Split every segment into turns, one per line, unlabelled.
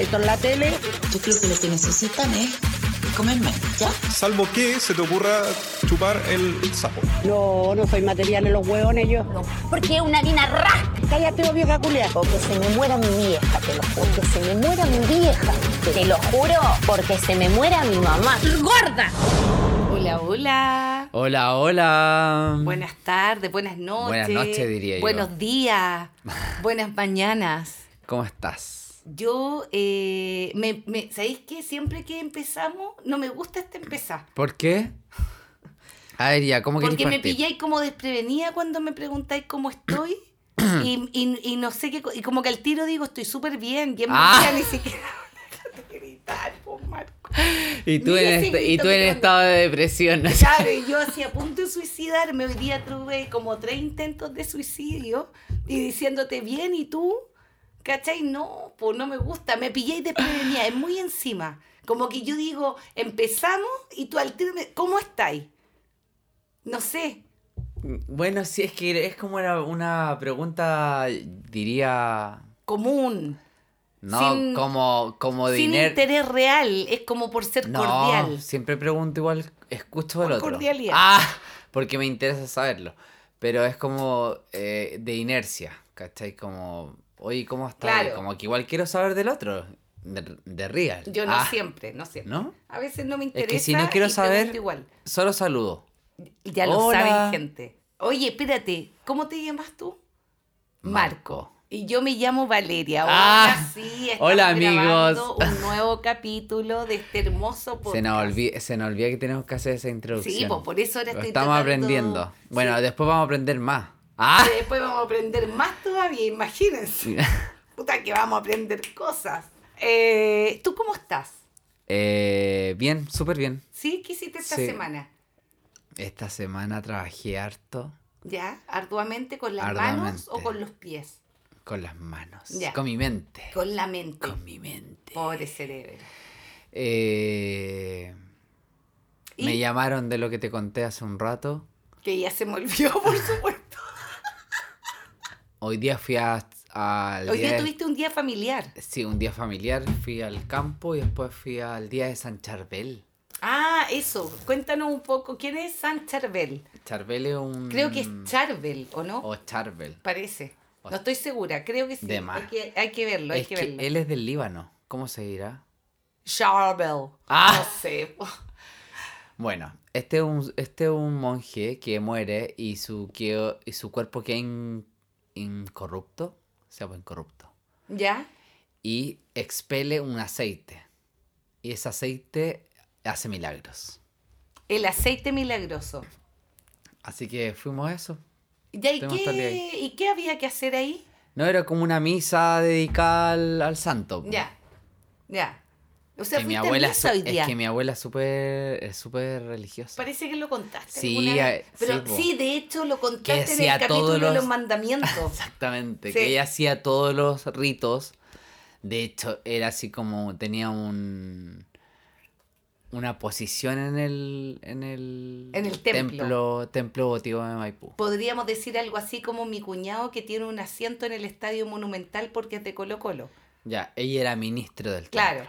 esto en la tele.
Yo creo que lo que necesitan es comerme, ¿ya?
Salvo que se te ocurra chupar el sapo.
No, no soy material en los hueones yo.
Porque es una harina rasca.
Cállate, obvio, caculia.
O que se me muera mi vieja, te lo juro. Que se me muera mi vieja.
Te lo juro, porque se me muera mi mamá. ¡Gorda!
Hola, hola.
Hola, hola.
Buenas tardes, buenas noches.
Buenas noches, diría yo.
Buenos días, buenas mañanas.
¿Cómo estás?
Yo, eh, me, me- ¿sabéis qué? Siempre que empezamos, no me gusta este empezar.
¿Por qué? A ver, ya, ¿cómo querés
Porque me
partir?
pilláis como desprevenida cuando me preguntáis cómo estoy. y, y- y no sé qué. co- Y como que al tiro digo, estoy súper bien. Y en
Ah.
mentira ni siquiera. Déjate gritar, po, Marco.
Y tú,
Mira
en,
ese
este- y
grito
tú
que
en
te
estado de depresión. ¿no?
Claro, y yo así a punto de suicidarme. Hoy día tuve como tres intentos de suicidio y diciéndote bien, ¿y tú? ¿Cachai? No, pues no me gusta. Me pillé y desprevenida, es muy encima. Como que yo digo, empezamos y tú al tiro me- ¿Cómo estáis? No sé.
Bueno, sí, es que es como era una pregunta, diría...
Común.
No,
Sin-
como, como de
Sin
iner-
interés real. Es como por ser
No,
cordial.
siempre pregunto igual, escucho al
Por
otro.
cordialidad.
Ah, porque me interesa saberlo. Pero es como eh, de inercia, ¿cachai? Como, oye, ¿cómo estás?
Claro.
Como que igual quiero saber del otro, de, de real.
Yo no
Ah,
siempre, no siempre.
¿No?
A veces no me
que
interesa.
si no quiero
y pregunto
saber-
Igual.
Solo saludo.
Ya lo
Hola.
saben, gente. Oye, espérate, ¿cómo te llamas tú? Marco. Y yo me llamo Valeria. Ahora
Ah.
sí, estamos
Hola, amigos.
grabando un nuevo capítulo de este hermoso podcast.
Se nos, olvida, se nos olvida que tenemos que hacer esa introducción.
Sí, pues por eso ahora
Lo
estoy
estamos
tratando-
aprendiendo.
Sí,
Bueno, después vamos a aprender más. Ah,
que después vamos a aprender más todavía, imagínense. Puta que vamos a aprender cosas. Eh, ¿Tú cómo estás?
eh, bien, súper bien.
¿Sí? ¿Qué hiciste esta
Sí.
semana?
Esta semana trabajé harto
¿Ya? ¿Arduamente con las manos o
Arduamente.
con los pies?
con las manos,
Ya.
con mi mente.
Con la mente.
Con mi mente.
Pobre cerebro.
Eh,
¿Y?
Me llamaron de lo que te conté hace un rato.
Que ya se me olvidó, por supuesto.
Hoy día fui a- al
Hoy día
del-
tuviste un día familiar.
Sí, un día familiar. Fui al campo y después fui al día de San Charbel.
Ah, eso. Cuéntanos un poco. ¿Quién es San Charbel?
Charbel es un...
Creo que es Charbel, ¿o no?
Mm. O Charbel.
Parece. No estoy segura. Creo que sí.
De más.
Hay que, hay que verlo, hay
es
que,
que,
verlo.
él es del Líbano. ¿Cómo se dirá?
Charbel.
Ah.
No sé. po.
Bueno, este es un, este es un monje que muere y su, que- y su cuerpo queda in- incorrupto. Se llama incorrupto.
¿Ya?
y expele un aceite. Y ese aceite hace milagros.
El aceite milagroso.
Así que fuimos a eso.
¿Ya, ¿y,
Tenemos tal día ahí.
qué, ¿Y qué había que hacer ahí?
No era como una misa dedicada al, al santo. po.
Ya. Ya. O sea,
Que mi
fuiste a
abuela
misa
su-
hoy día.
es que mi abuela es súper es súper religiosa.
Parece que lo contaste.
Sí,
alguna vez.
eh, sí,
Pero
po.
sí, de hecho, lo
Que
contaste en
hacía
el capítulo
todos
de los
los-
mandamientos.
Exactamente.
Sí.
Que ella hacía todos los ritos. De hecho, era así como tenía un una posición en el en el
En el templo.
templo, templo votivo de Maipú.
Podríamos decir algo así como mi cuñado que tiene un asiento en el estadio monumental porque es de Colo Colo.
Ya, ella era ministro del templo.
Claro.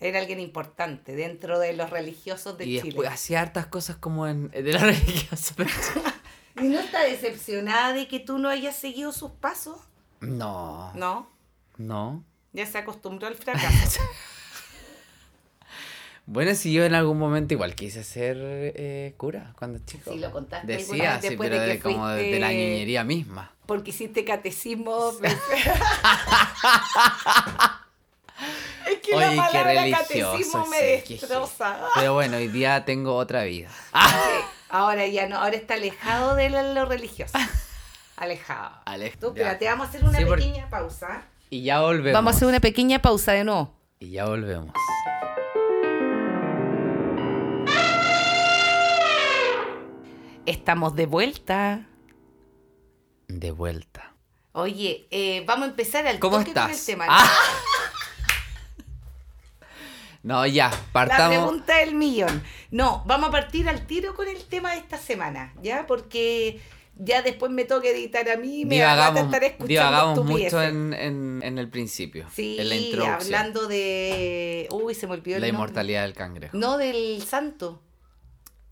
Era alguien importante dentro de los religiosos de
y
Chile.
después hacía hartas cosas como en eh, de la religión. pero-
¿Y no está decepcionada de que tú no hayas seguido sus pasos?
no, no,
No, ya se acostumbró al fracaso.
Bueno, si yo en algún momento igual quise ser eh, cura cuando chico.
Sí, lo contaste alguna
Decía,
vez
sí,
después
pero
de que
de como de,
fuiste-
de la niñería misma.
Porque hiciste catecismo. es que
Oye,
la
qué
palabra catecismo
religioso.
me
sí, qué-
destroza.
Pero bueno, hoy día tengo otra vida. Ah,
Sí, Ahora ya no, ahora está alejado de lo lo religioso. Alejado.
Alej-
Tú,
ya.
espérate, vamos a hacer una
Sí, porque-
pequeña pausa.
Y ya volvemos.
Vamos a hacer una pequeña pausa de nuevo.
Y ya volvemos.
Estamos de vuelta.
De vuelta.
Oye, eh, vamos a empezar al
¿Cómo
toque con el
estás?
tema.
Ah. No, ya,
La
partamos.
pregunta del millón. No, vamos a partir al tiro con el tema de esta semana, ¿ya? Porque ya después me toca editar a mí, me va a
divagamos,
estar escuchando
divagamos mucho
estupideces.
en, en- en el principio.
Sí,
en la introducción.
hablando de... Uy, se me olvidó el
la
nombre.
inmortalidad del cangrejo.
No, del santo.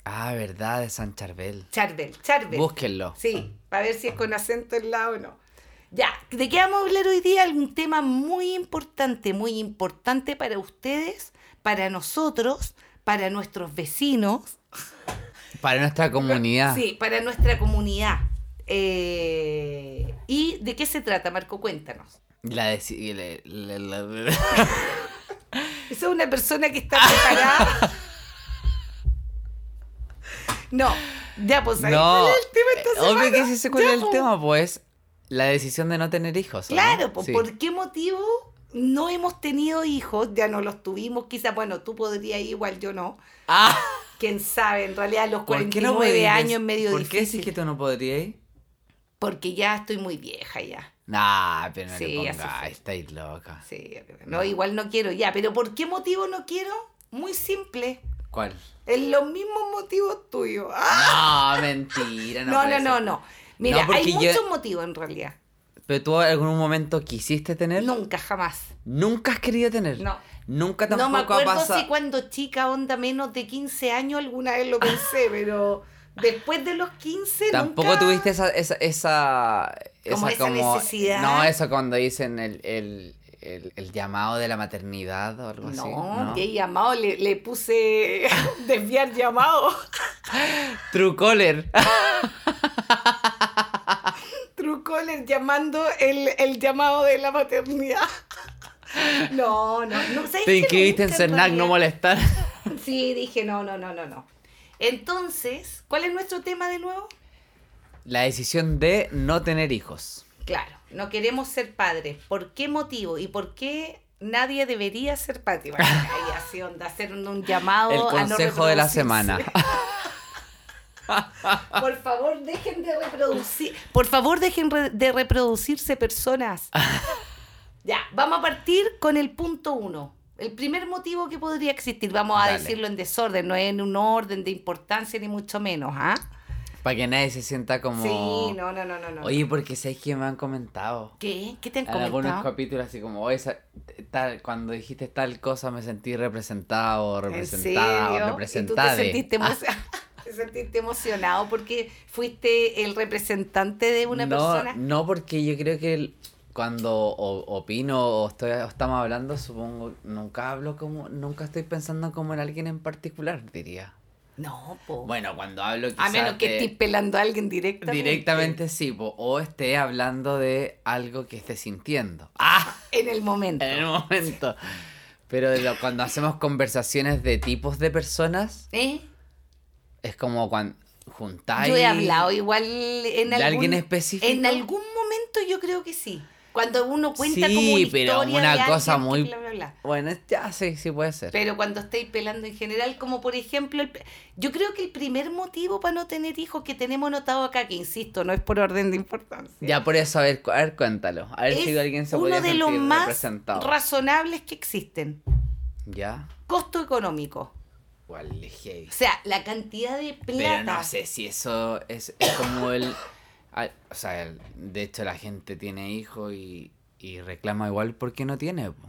Ah, verdad, de San Charbel.
Charbel, Charbel.
Búsquenlo.
Sí, para ver si es con acento en la o no. Ya, ¿de qué vamos a hablar hoy día? Algún tema muy importante, muy importante para ustedes, para nosotros, para nuestros vecinos,
Para nuestra comunidad.
sí, para nuestra comunidad. Eh, ¿Y de qué se trata, Marco? Cuéntanos.
La deci- y le- le- la- la-
Esa es una persona que está
Ah.
preparada. No, ya pues ahí
No.
está el tema esta
eh, Obvio
semana.
que sí se cuál
Ya,
es el
pues.
tema, pues. La decisión de no tener hijos. ¿o no?
Claro, pues,
Sí.
¿por qué motivo no hemos tenido hijos? Ya no los tuvimos, quizás, bueno, tú podrías igual, yo no.
Ah,
Quién sabe, en realidad los
¿por qué
49
no podías?
años es medio
¿Por qué
difícil.
decís que tú no podrías?
Porque ya estoy muy vieja ya.
Nah, pero no
Sí,
le
así fue.
pongáis, estáis loca.
Sí, no, igual no quiero ya. Pero ¿por qué motivo no quiero? Muy simple.
¿Cuál?
En los mismos motivos tuyos. ¡Ah!
No, mentira. No,
No, no,
puede
no,
ser.
no. Mira,
porque
hay
yo-
muchos motivos en realidad.
¿Pero tú en algún momento quisiste tener?
Nunca, jamás.
¿Nunca has querido tener?
No.
Nunca
No
tampoco
me
ha
acuerdo
pasado.
si cuando chica, onda menos de 15 años, alguna vez lo pensé, pero después de los 15
Tampoco
nunca-
tuviste esa, esa, esa,
Como esa necesidad.
No, eso cuando dicen el, el, el, el llamado de la maternidad o algo así.
No, que llamado, le, le puse desviar llamado,
True caller.
trucoles llamando el, el llamado de la maternidad. No, no, no. ¿sabes
Te
qué?
inscribiste en
Nunca
Cernac, no
realidad.
molestar.
Sí, dije no, no, no, no, no. Entonces, ¿cuál es nuestro tema de nuevo?
La decisión de no tener hijos.
Claro, no queremos ser padres. ¿Por qué motivo? ¿Y por qué nadie debería ser padre? Bueno, ahí así onda, hacer un, un llamado
El
Oh, a no
consejo de la
reproducirse.
semana.
Por favor, dejen de reproducir. Por favor, dejen re- de reproducirse personas. Ya, vamos a partir con el punto uno. El primer motivo que podría existir, vamos a
Dale.
decirlo en desorden, no en un orden de importancia ni mucho menos, ¿ah?
Para que nadie se sienta como.
Sí, no, no, no, no, no.
Oye, porque sabes que me han comentado.
¿Qué? ¿Qué te han
En algunos
comentado?
capítulos así como, "Oye, esa- tal, cuando dijiste tal cosa me sentí representado o
¿En
representada
serio?
o representada.
¿Y tú te sentiste,
Ah.
emo- te sentiste emocionado porque fuiste el representante de una
no,
persona?
No, porque yo creo que el- cuando o- opino o, estoy, o estamos hablando, supongo, nunca hablo como, nunca estoy pensando como en alguien en particular, diría.
No, po.
Bueno, cuando hablo
a
quizás
menos que
de-
estés pelando a alguien directamente.
directamente sí, po, o esté hablando de algo que esté sintiendo. ¡Ah!
En el momento.
En el momento. Pero de lo- cuando hacemos conversaciones de tipos de personas,
¿Eh?
es como cuando juntáis...
Yo he hablado igual en
¿De
algún,
alguien específico?
En algún momento yo creo que sí. Cuando uno cuenta
Sí,
como una
pero
historia
una
de alguien
cosa
que
muy-
bla, bla, bla.
Bueno, ya sí, sí puede ser.
Pero cuando estáis pelando en general, como por ejemplo, el pr- yo creo que el primer motivo para no tener hijos que tenemos notado acá, que insisto, no es por orden de importancia.
Ya por eso, a ver, cu- a ver, cuéntalo. A ver
es
si alguien se
uno
podía
de
sentir
los más
representado.
razonables que existen.
ya.
Costo económico.
Igual es heavy.
O sea, la cantidad de plata.
Pero no sé si eso es, es como el... al- o sea, el- de hecho la gente tiene hijos y, y reclama igual porque no tiene. po,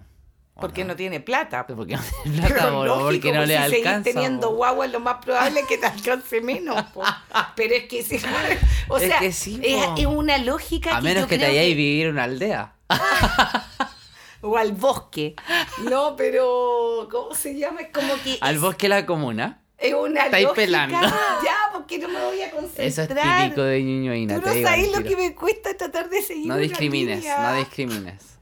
¿o
Porque no tiene plata. po.
Porque no tiene plata, po,
Lógico,
porque no
pues,
le
si seguís
alcanza.
teniendo
po.
guagua, lo más probable es que te alcance menos. po. Pero es que sí. O
Es
sea, es,
que sí, po.
es una lógica
A
que
menos
yo
que te
creo
hayáis vivir en una aldea.
O al bosque. No, pero. ¿Cómo se llama? Es como que.
Al
es-
bosque de la comuna.
Es una
Estáis
lógica.
pelando.
Ya, porque no me voy a concentrar.
Eso es típico de Ñuñoína.
Tú
te
no
digo al
sabes lo
tiro.
que me cuesta tratar de seguir.
No
una
discrimines,
línea.
no discrimines.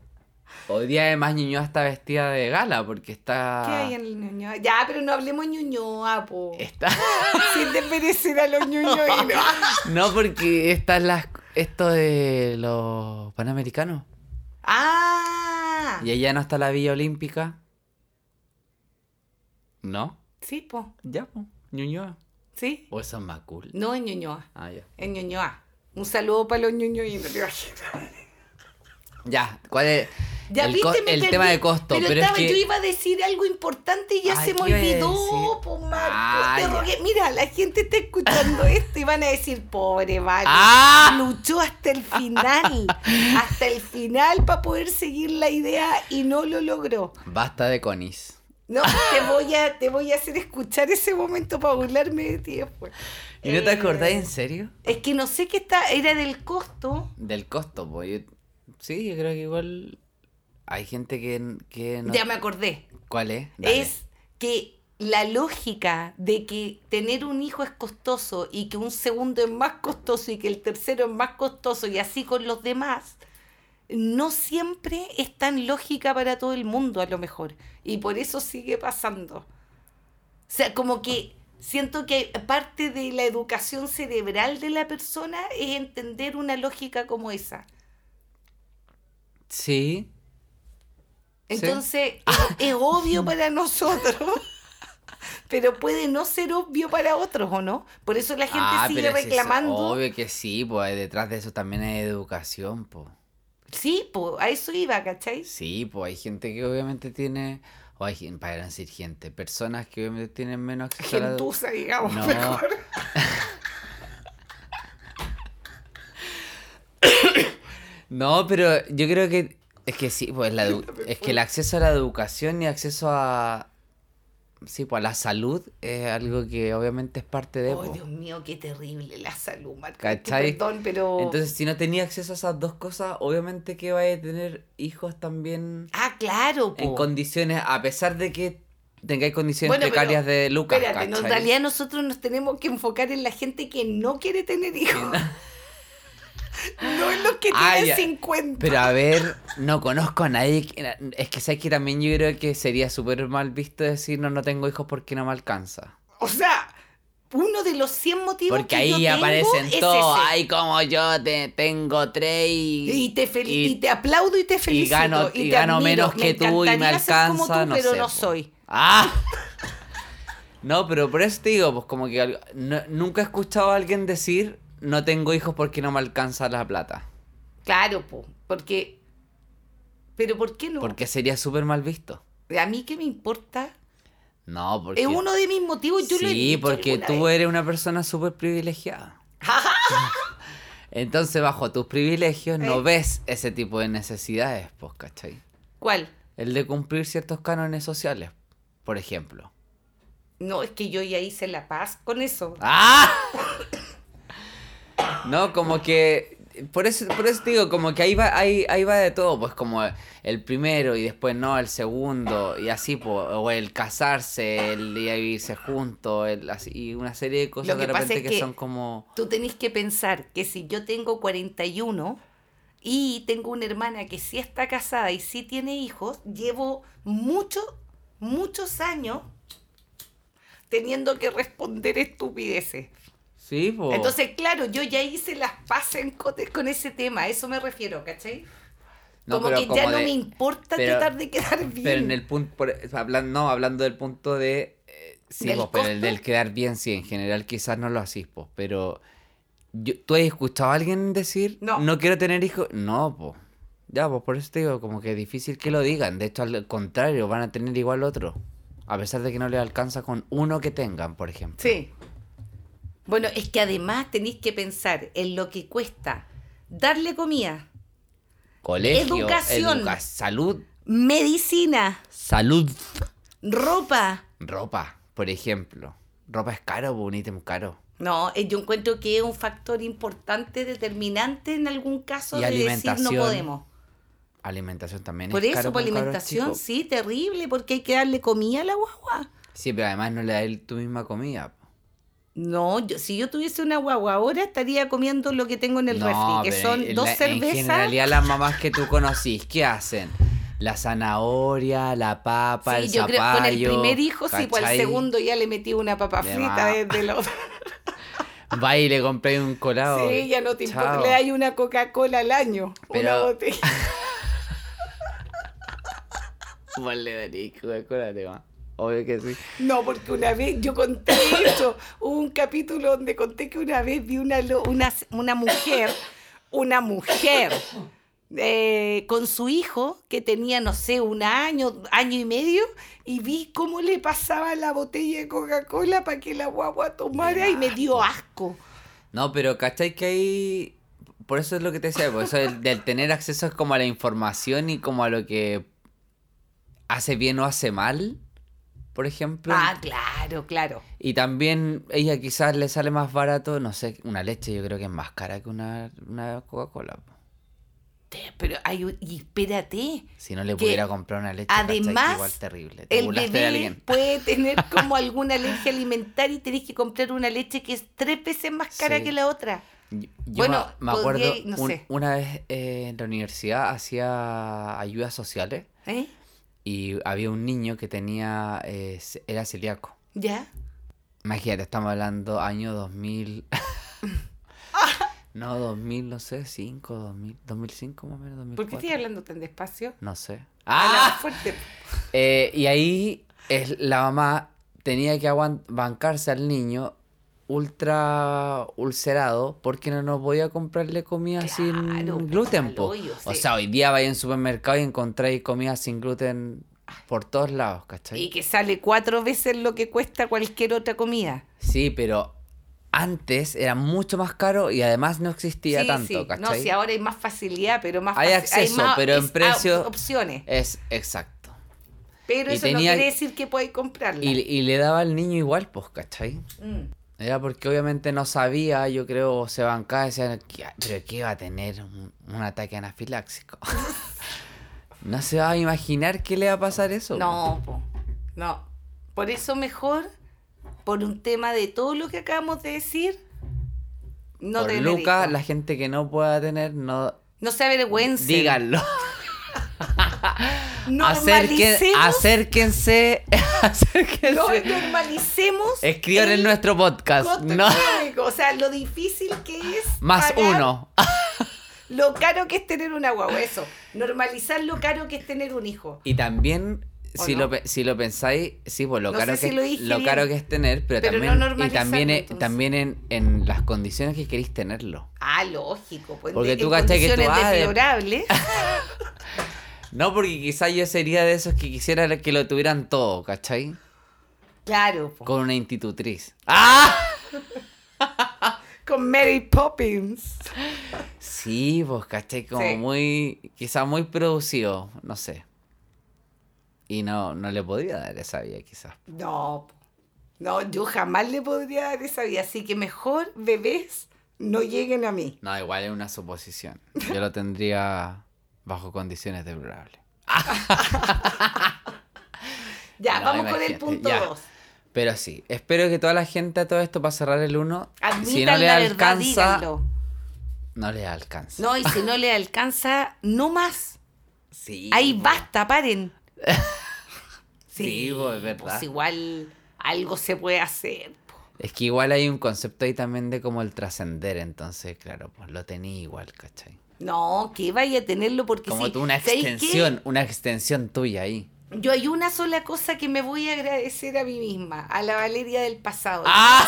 Hoy día además Ñuñoa está vestida de gala porque está...
¿Qué hay en el Ñuñoa? Ya, pero no hablemos Ñuñoa, po.
Está...
Sin desmerecer a los Ñuñoinos.
No, porque están las... Esto de los Panamericanos.
ah.
Y allá no está la Villa Olímpica. ¿No?
Sí, po.
Ya, po. Ñuñoa.
Sí.
O eso es Macul.
No en Ñuñoa.
Ah, ya.
En Ñuñoa. Un saludo para los Ñuñoinos, te imaginas.
Ya, ¿cuál es
Ya
el,
viste,
co-
me
el
perdí.
tema de costo? Pero,
estaba-
es que
yo iba a decir algo importante y ya
Ay,
se me
¿qué iba a decir?
olvidó, po, Marco.
Ah,
te
ya.
rogué. Mira, la gente está escuchando esto y van a decir, pobre Vale.
¡Ah!
Luchó hasta el final. hasta el final para poder seguir la idea y no lo logró.
basta de conis.
No, te voy a, te voy a hacer escuchar ese momento para burlarme de ti después.
¿Y no te
Eh,
acordás en serio?
Es que no sé qué está, era del costo.
Del costo, pues. yo- Sí, yo creo que igual hay gente que, que no...
Ya me acordé.
¿Cuál es? Dale.
es que la lógica de que tener un hijo es costoso y que un segundo es más costoso y que el tercero es más costoso y así con los demás, no siempre es tan lógica para todo el mundo a lo mejor. Y por eso sigue pasando. O sea, como que siento que parte de la educación cerebral de la persona es entender una lógica como esa.
Sí. Sí.
Entonces, es, es obvio para nosotros, pero puede no ser obvio para otros, ¿o no? Por eso la gente
Ah,
sigue
pero si es
reclamando.
obvio que sí, pues detrás de eso también hay educación, pues.
sí, po, a eso iba, ¿cachai?
Sí, pues hay gente que obviamente tiene... O hay, gen- para no decir gente, personas que obviamente tienen menos acceso a la edu-
Gentuza, digamos.
No.
mejor.
No, pero yo creo que es que sí, pues la edu- es que el acceso a la educación y acceso a sí, pues a la salud es algo que obviamente es parte de pues.
Oh,
po.
Dios mío, qué terrible la salud, Marco.
¿Cachai?
Perdón, pero...
Entonces, si no tenía acceso a esas dos cosas, obviamente que vaya a tener hijos también
ah, claro, po.
en condiciones a pesar de que tengáis condiciones
Bueno, pero-
precarias de Lucas,
Espérate, no, en
¿cachai?
realidad nosotros nos tenemos que enfocar en la gente que no quiere tener hijos. no en los que
Ah, ya.
tienen 50.
Pero a ver, no conozco a nadie. que- Es que sabes que también yo creo que sería súper mal visto decir no, no tengo hijos porque no me alcanza.
O sea, uno de los 100 motivos que
Porque ahí
yo tengo
aparecen
es
todos.
ese.
Ay, como yo te, tengo tres y.
Y te, fel-
y-
y te aplaudo y te felicito.
gano-
te
y gano
admiro.
menos que tú y me
encantaría ser como
alcanza,
tú,
no
pero
sé,
no
po.
soy.
¡Ah! No, pero por eso te digo, pues como que al- no- nunca he escuchado a alguien decir no tengo hijos porque no me alcanza la plata.
Claro, po, porque... Pero ¿por qué no?
Porque sería súper mal visto.
A mí qué me importa.
No, porque.
Es uno de mis motivos. Yo lo he
sí,
dicho
porque
alguna
tú
vez.
eres una persona súper privilegiada. Entonces, bajo tus privilegios, no
Eh.
ves ese tipo de necesidades, pues, ¿cachai?
¿Cuál?
El de cumplir ciertos cánones sociales, por ejemplo.
No, es que yo ya hice la paz con eso.
¡Ah! No, como que. Por eso, por eso te digo, como que ahí va, ahí, ahí va de todo, pues como el primero y después no, el segundo y así, pues, o el casarse, el ir a vivirse juntos, el, así, y una serie de cosas
que
de
pasa
repente
es
que,
que-
son como...
Tú tenés que pensar que si yo tengo 41 y tengo una hermana que sí está casada y sí tiene hijos, llevo muchos, muchos años teniendo que responder estupideces.
Sí, pues...
Entonces, claro, yo ya hice las paces en co- con ese tema, a eso me refiero, ¿cachai?
No,
como
pero
que ya
como
no
de-
me importa
pero-
tratar de quedar bien.
Pero en el punto, por- hablando, no, hablando del punto de... eh, sí,
¿Del
pues, pero el
costo?
del quedar bien, sí, en general quizás no lo haces, pues, pero... yo- ¿Tú has escuchado a alguien decir,
No.
quiero tener hijos? No, pues. Ya, pues por eso te digo, como que es difícil que lo digan. De hecho, al contrario, van a tener igual otro. A pesar de que no les alcanza con uno que tengan, por ejemplo.
Sí. Bueno, es que además tenéis que pensar en lo que cuesta darle comida,
Colegio,
Educación.
educa- salud,
medicina,
salud,
ropa.
ropa, por ejemplo. Ropa es caro, pues, un ítem caro.
No, eh, yo encuentro que es un factor importante, determinante en algún caso
Y
de decir no
alimentación.
podemos.
Alimentación también
Por
es caro.
eso, por
para un cabro
alimentación,
chico.
sí, terrible, porque hay que darle comida a la guagua.
Sí, pero además no le das tu misma comida. po.
No, yo, si yo tuviese una guagua ahora estaría comiendo lo que tengo en el
No,
refri, que
pero
son
en
dos
la- En
cervezas.
generalidad las mamás que tú conocís, ¿qué hacen? La zanahoria, la papa, el
sí, yo creo
zapallo.
con el primer hijo, sí, pues al
¿cachai?
segundo ya le metí una papa
De
frita
más.
desde los...
Va y le compré un colado.
Sí, ya no te importa,
Chao.
le hay una Coca-Cola al año, una
Pero-
botella.
Vos le darís Coca-Cola, te va. Obvio que sí.
No, porque una vez yo conté eso, hubo un capítulo donde conté que una vez vi una, lo- una, una mujer, una mujer eh, con su hijo, que tenía, no sé, un año, año y medio, y vi cómo le pasaba la botella de Coca-Cola para que la guagua tomara y me dio asco.
No, pero ¿cachai que ahí... Por eso es lo que te decía, por eso el- del tener acceso es como a la información y como a lo que hace bien o hace mal, por ejemplo.
Ah, claro, claro.
Y también ella quizás le sale más barato, no sé, una leche yo creo que es más cara que una, una Coca-Cola. po.
Te- Pero hay, un- y espérate.
Si no le
Que
pudiera comprar una leche, ¿cachai? Que
Además,
igual terrible. Te
el
burlaste de
bebé
alguien.
puede tener como alguna alergia alimentaria y tenés que comprar una leche que es tres veces más cara
Sí.
que la otra.
Yo
Bueno,
me- me acuerdo
podría- no
un-
sé.
una vez eh, en la universidad hacía ayudas sociales
¿Eh?
y había un niño que tenía eh, ce- era celíaco.
¿Ya?
Imagínate, estamos hablando año 2000. no, 2000, no sé, 5, 2000, 2005 más o menos, 2004.
¿Por qué estoy hablando tan despacio?
No sé.
Habla
¡Ah!
más fuerte.
Eh, y ahí es- la mamá tenía que aguan- bancarse al niño ultra ulcerado porque no nos podía comprarle comida
Claro,
sin
pues,
gluten.
al
po.
hoyo,
O
sí.
sea, hoy día vais al supermercado y encontráis comida sin gluten por todos lados, ¿cachai?
Y que sale cuatro veces lo que cuesta cualquier otra comida.
Sí, pero antes era mucho más caro y además no existía
sí,
tanto,
sí.
¿cachai?
No, si ahora hay más facilidad, pero más
Hay
faci-
acceso,
más
pero en
es- ah,
precio-
opciones.
Es exacto.
Pero
y
eso
tenía-
no quiere decir que podáis comprarla.
Y, y le daba al niño igual, pues, ¿cachai?
Mm.
Era porque obviamente no sabía, yo creo, o se bancaba y decía, "¿Qué- pero ¿qué va a tener un, un ataque anafiláxico? no se va a imaginar qué le va a pasar eso. pues.
No, po, no. Por eso mejor, por un tema de todo lo que acabamos de decir, no
Por
tener
Lucas,
hijos.
la gente que no pueda tener, no...
No se avergüencen.
Díganlo. Acerquen-
Normalicemos,
acérquense. acérquense.
no, normalicemos
Escriban en
el
nuestro podcast.
costo
No.
económico. O sea, lo difícil que es
Más
pagar
uno. Ah.
lo caro que es tener una guagua, eso. Normalizar lo caro que es tener un hijo.
Y también,
¿O
si,
no?
lo, pe- si lo pensáis, sí, pues lo,
No
caro,
sé
que,
si lo dije
lo
bien.
caro que es tener, pero,
Pero no
también, y
normalizarlo,
también, en,
entonces.
también en, en las condiciones que queréis tenerlo.
Ah, lógico, pues
Porque
en
tú cachai que tú
condiciones
vas de-
deplorables.
No, porque quizás yo sería de esos que quisiera que lo tuvieran todo, ¿cachai?
Claro, po.
Con una institutriz. ¡Ah!
con Mary Poppins.
Sí, pues, ¿cachai? Como
Sí.
muy, quizás muy producido, no sé. Y no, no le podría dar esa vida, quizás.
No, po. no, yo jamás le podría dar esa vida, así que mejor bebés no lleguen a mí.
No, igual es una suposición. Yo lo tendría bajo condiciones deplorables.
Ya,
No,
vamos con el
imagínate,
punto
ya.
2.
Pero sí, espero que toda la gente a todo esto para cerrar el 1,
Admitan
si no le
la verdad,
alcanza,
díganlo.
no le alcanza.
No, y si no le alcanza, no más.
Sí.
Ahí
po.
basta, paren.
Sí, bo, es verdad.
Pues igual algo se puede hacer. po.
Es que igual hay un concepto ahí también de como el trascender, entonces claro, pues lo tenía igual, ¿cachai?
No, que vaya a tenerlo porque
Como
sí.
tú, una
¿Sabéis qué?
extensión, una extensión tuya ahí.
Yo hay una sola cosa que me voy a agradecer a mí misma, a la Valeria del pasado.
¡Ah!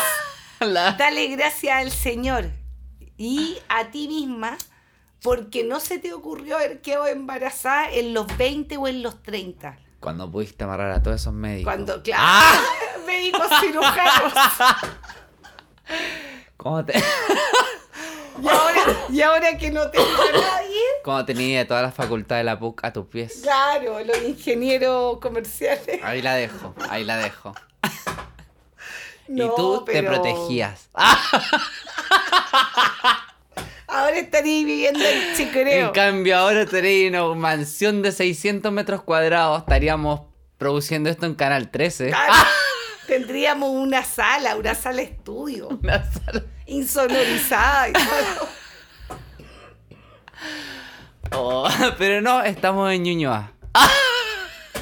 La-
Dale gracias al Señor y a ti misma porque no se te ocurrió haber quedado embarazada en los 20 o en los 30.
Cuando pudiste amarrar a todos esos médicos.
Cuando, claro,
Ah.
médicos cirujanos.
¿Cómo te...
Y ahora, y ahora que no tengo a nadie,
Cuando tenías todas las facultades de la PUC a tus pies.
claro, los ingenieros comerciales.
Ahí la dejo, ahí la dejo.
No,
y tú te
pero
protegías.
Ahora estaría viviendo en
En
Chicoreo.
cambio, ahora estaría en una mansión de 600 metros cuadrados. Estaríamos produciendo esto en Canal Ah, 13.
Claro, Tendríamos una sala, una sala estudio.
Una sala-
Insonorizada. y todo.
Oh, pero no, estamos en Ñuñoa.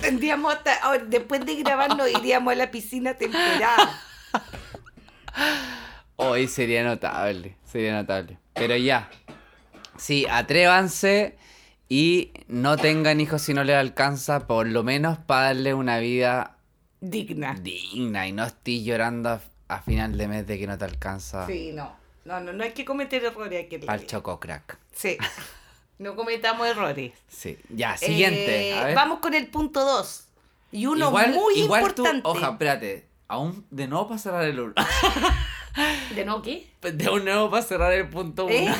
Tendríamos hasta. ahora, después de grabar, nos iríamos a la piscina temperada.
Hoy sería notable, sería notable. Pero ya, sí, atrévanse y no tengan hijos si no les alcanza, por lo menos para darle una vida
Digna.
digna y no estés llorando a, a final de mes de que no te alcanza
Sí, no. No, no, no hay que cometer errores aquí en la
al
vida.
chococrack.
Sí. No cometamos errores.
Sí, ya, siguiente.
Eh,
a ver.
Vamos con el punto 2. Y uno muy
igual tú-
importante.
oja, espérate. Aún de nuevo para cerrar el uno.
¿De no qué?
De un nuevo para cerrar el punto uno.
¿Eh?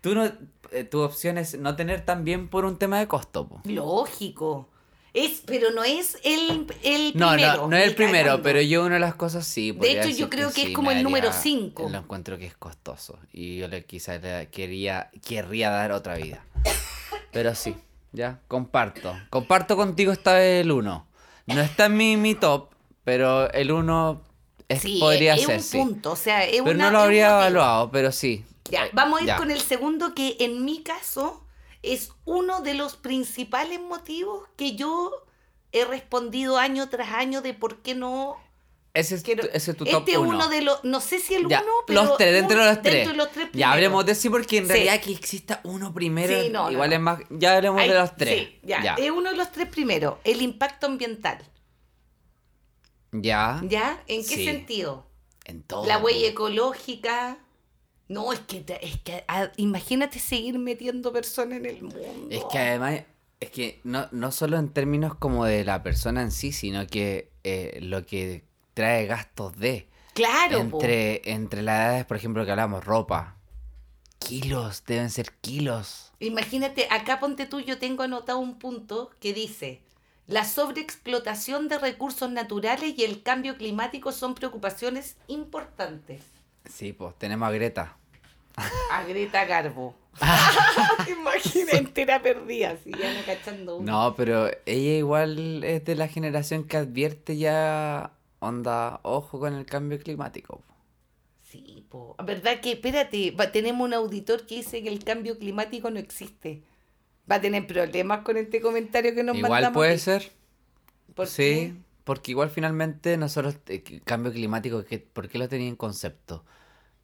Tú no, eh, tu opción es no tener tan bien por un tema de costo. po.
Lógico. Es, pero no es el, el
No,
primero.
no, no es el
ni
primero,
cagando.
pero yo una de las cosas sí. podría
hecho, yo
decir
creo que es
sí,
como
me
el número
daría-
cinco.
Lo encuentro que es costoso y yo le quizás le quería, querría dar otra vida. Pero sí, ya, comparto. Comparto contigo esta vez el uno. No está en mi, mi top, pero el uno es-
Sí,
podría
es, es
ser,
un
sí.
punto. O sea, es
Pero
una-
no lo
es
habría
una-
evaluado, pero sí.
Ya,
Eh,
vamos a ir
ya.
con el segundo que en mi caso es uno de los principales motivos que yo he respondido año tras año de por qué no
Ese es,
quiero.
tu, ese es tu top
este es
uno.
uno de los, no sé si el
Ya,
uno, pero
los tres, dentro
un-
de los tres.
dentro de los tres
ya
primeros.
hablemos de sí, porque en
Sí.
realidad que exista uno primero,
Sí, no, no,
igual
no.
es más. Ya hablemos
Ahí-
de los tres.
sí, ya,
ya.
es uno de los tres primeros, el impacto ambiental.
Ya.
¿Ya? ¿En qué
Ah, Sí.
sentido?
En todo.
La huella ecológica. No, es que, te- es que ah, imagínate seguir metiendo personas en el mundo.
Es que además, es que no, no solo en términos como de la persona en sí, sino que eh, lo que trae gastos de.
Claro, po.
entre, entre las edades, por ejemplo, que hablamos, ropa. Kilos, deben ser kilos.
Imagínate, acá ponte tú, yo tengo anotado un punto que dice, la sobreexplotación de recursos naturales y el cambio climático son preocupaciones importantes.
Sí, pues tenemos a Greta.
A Greta Garbo. Imagínate, entera perdida, así ya no cachando uno.
Ah. No, pero ella igual es de la generación que advierte ya, onda, ojo con el cambio climático.
Sí, po. ¿Verdad que, espérate, va- tenemos un auditor que dice que el cambio climático no existe? Va a tener problemas con este comentario que nos
igual
mandamos.
puede
aquí.
ser,
¿Por
sí, porque igual finalmente nosotros, eh, que- cambio climático, ¿qué- ¿por qué lo tenían en concepto?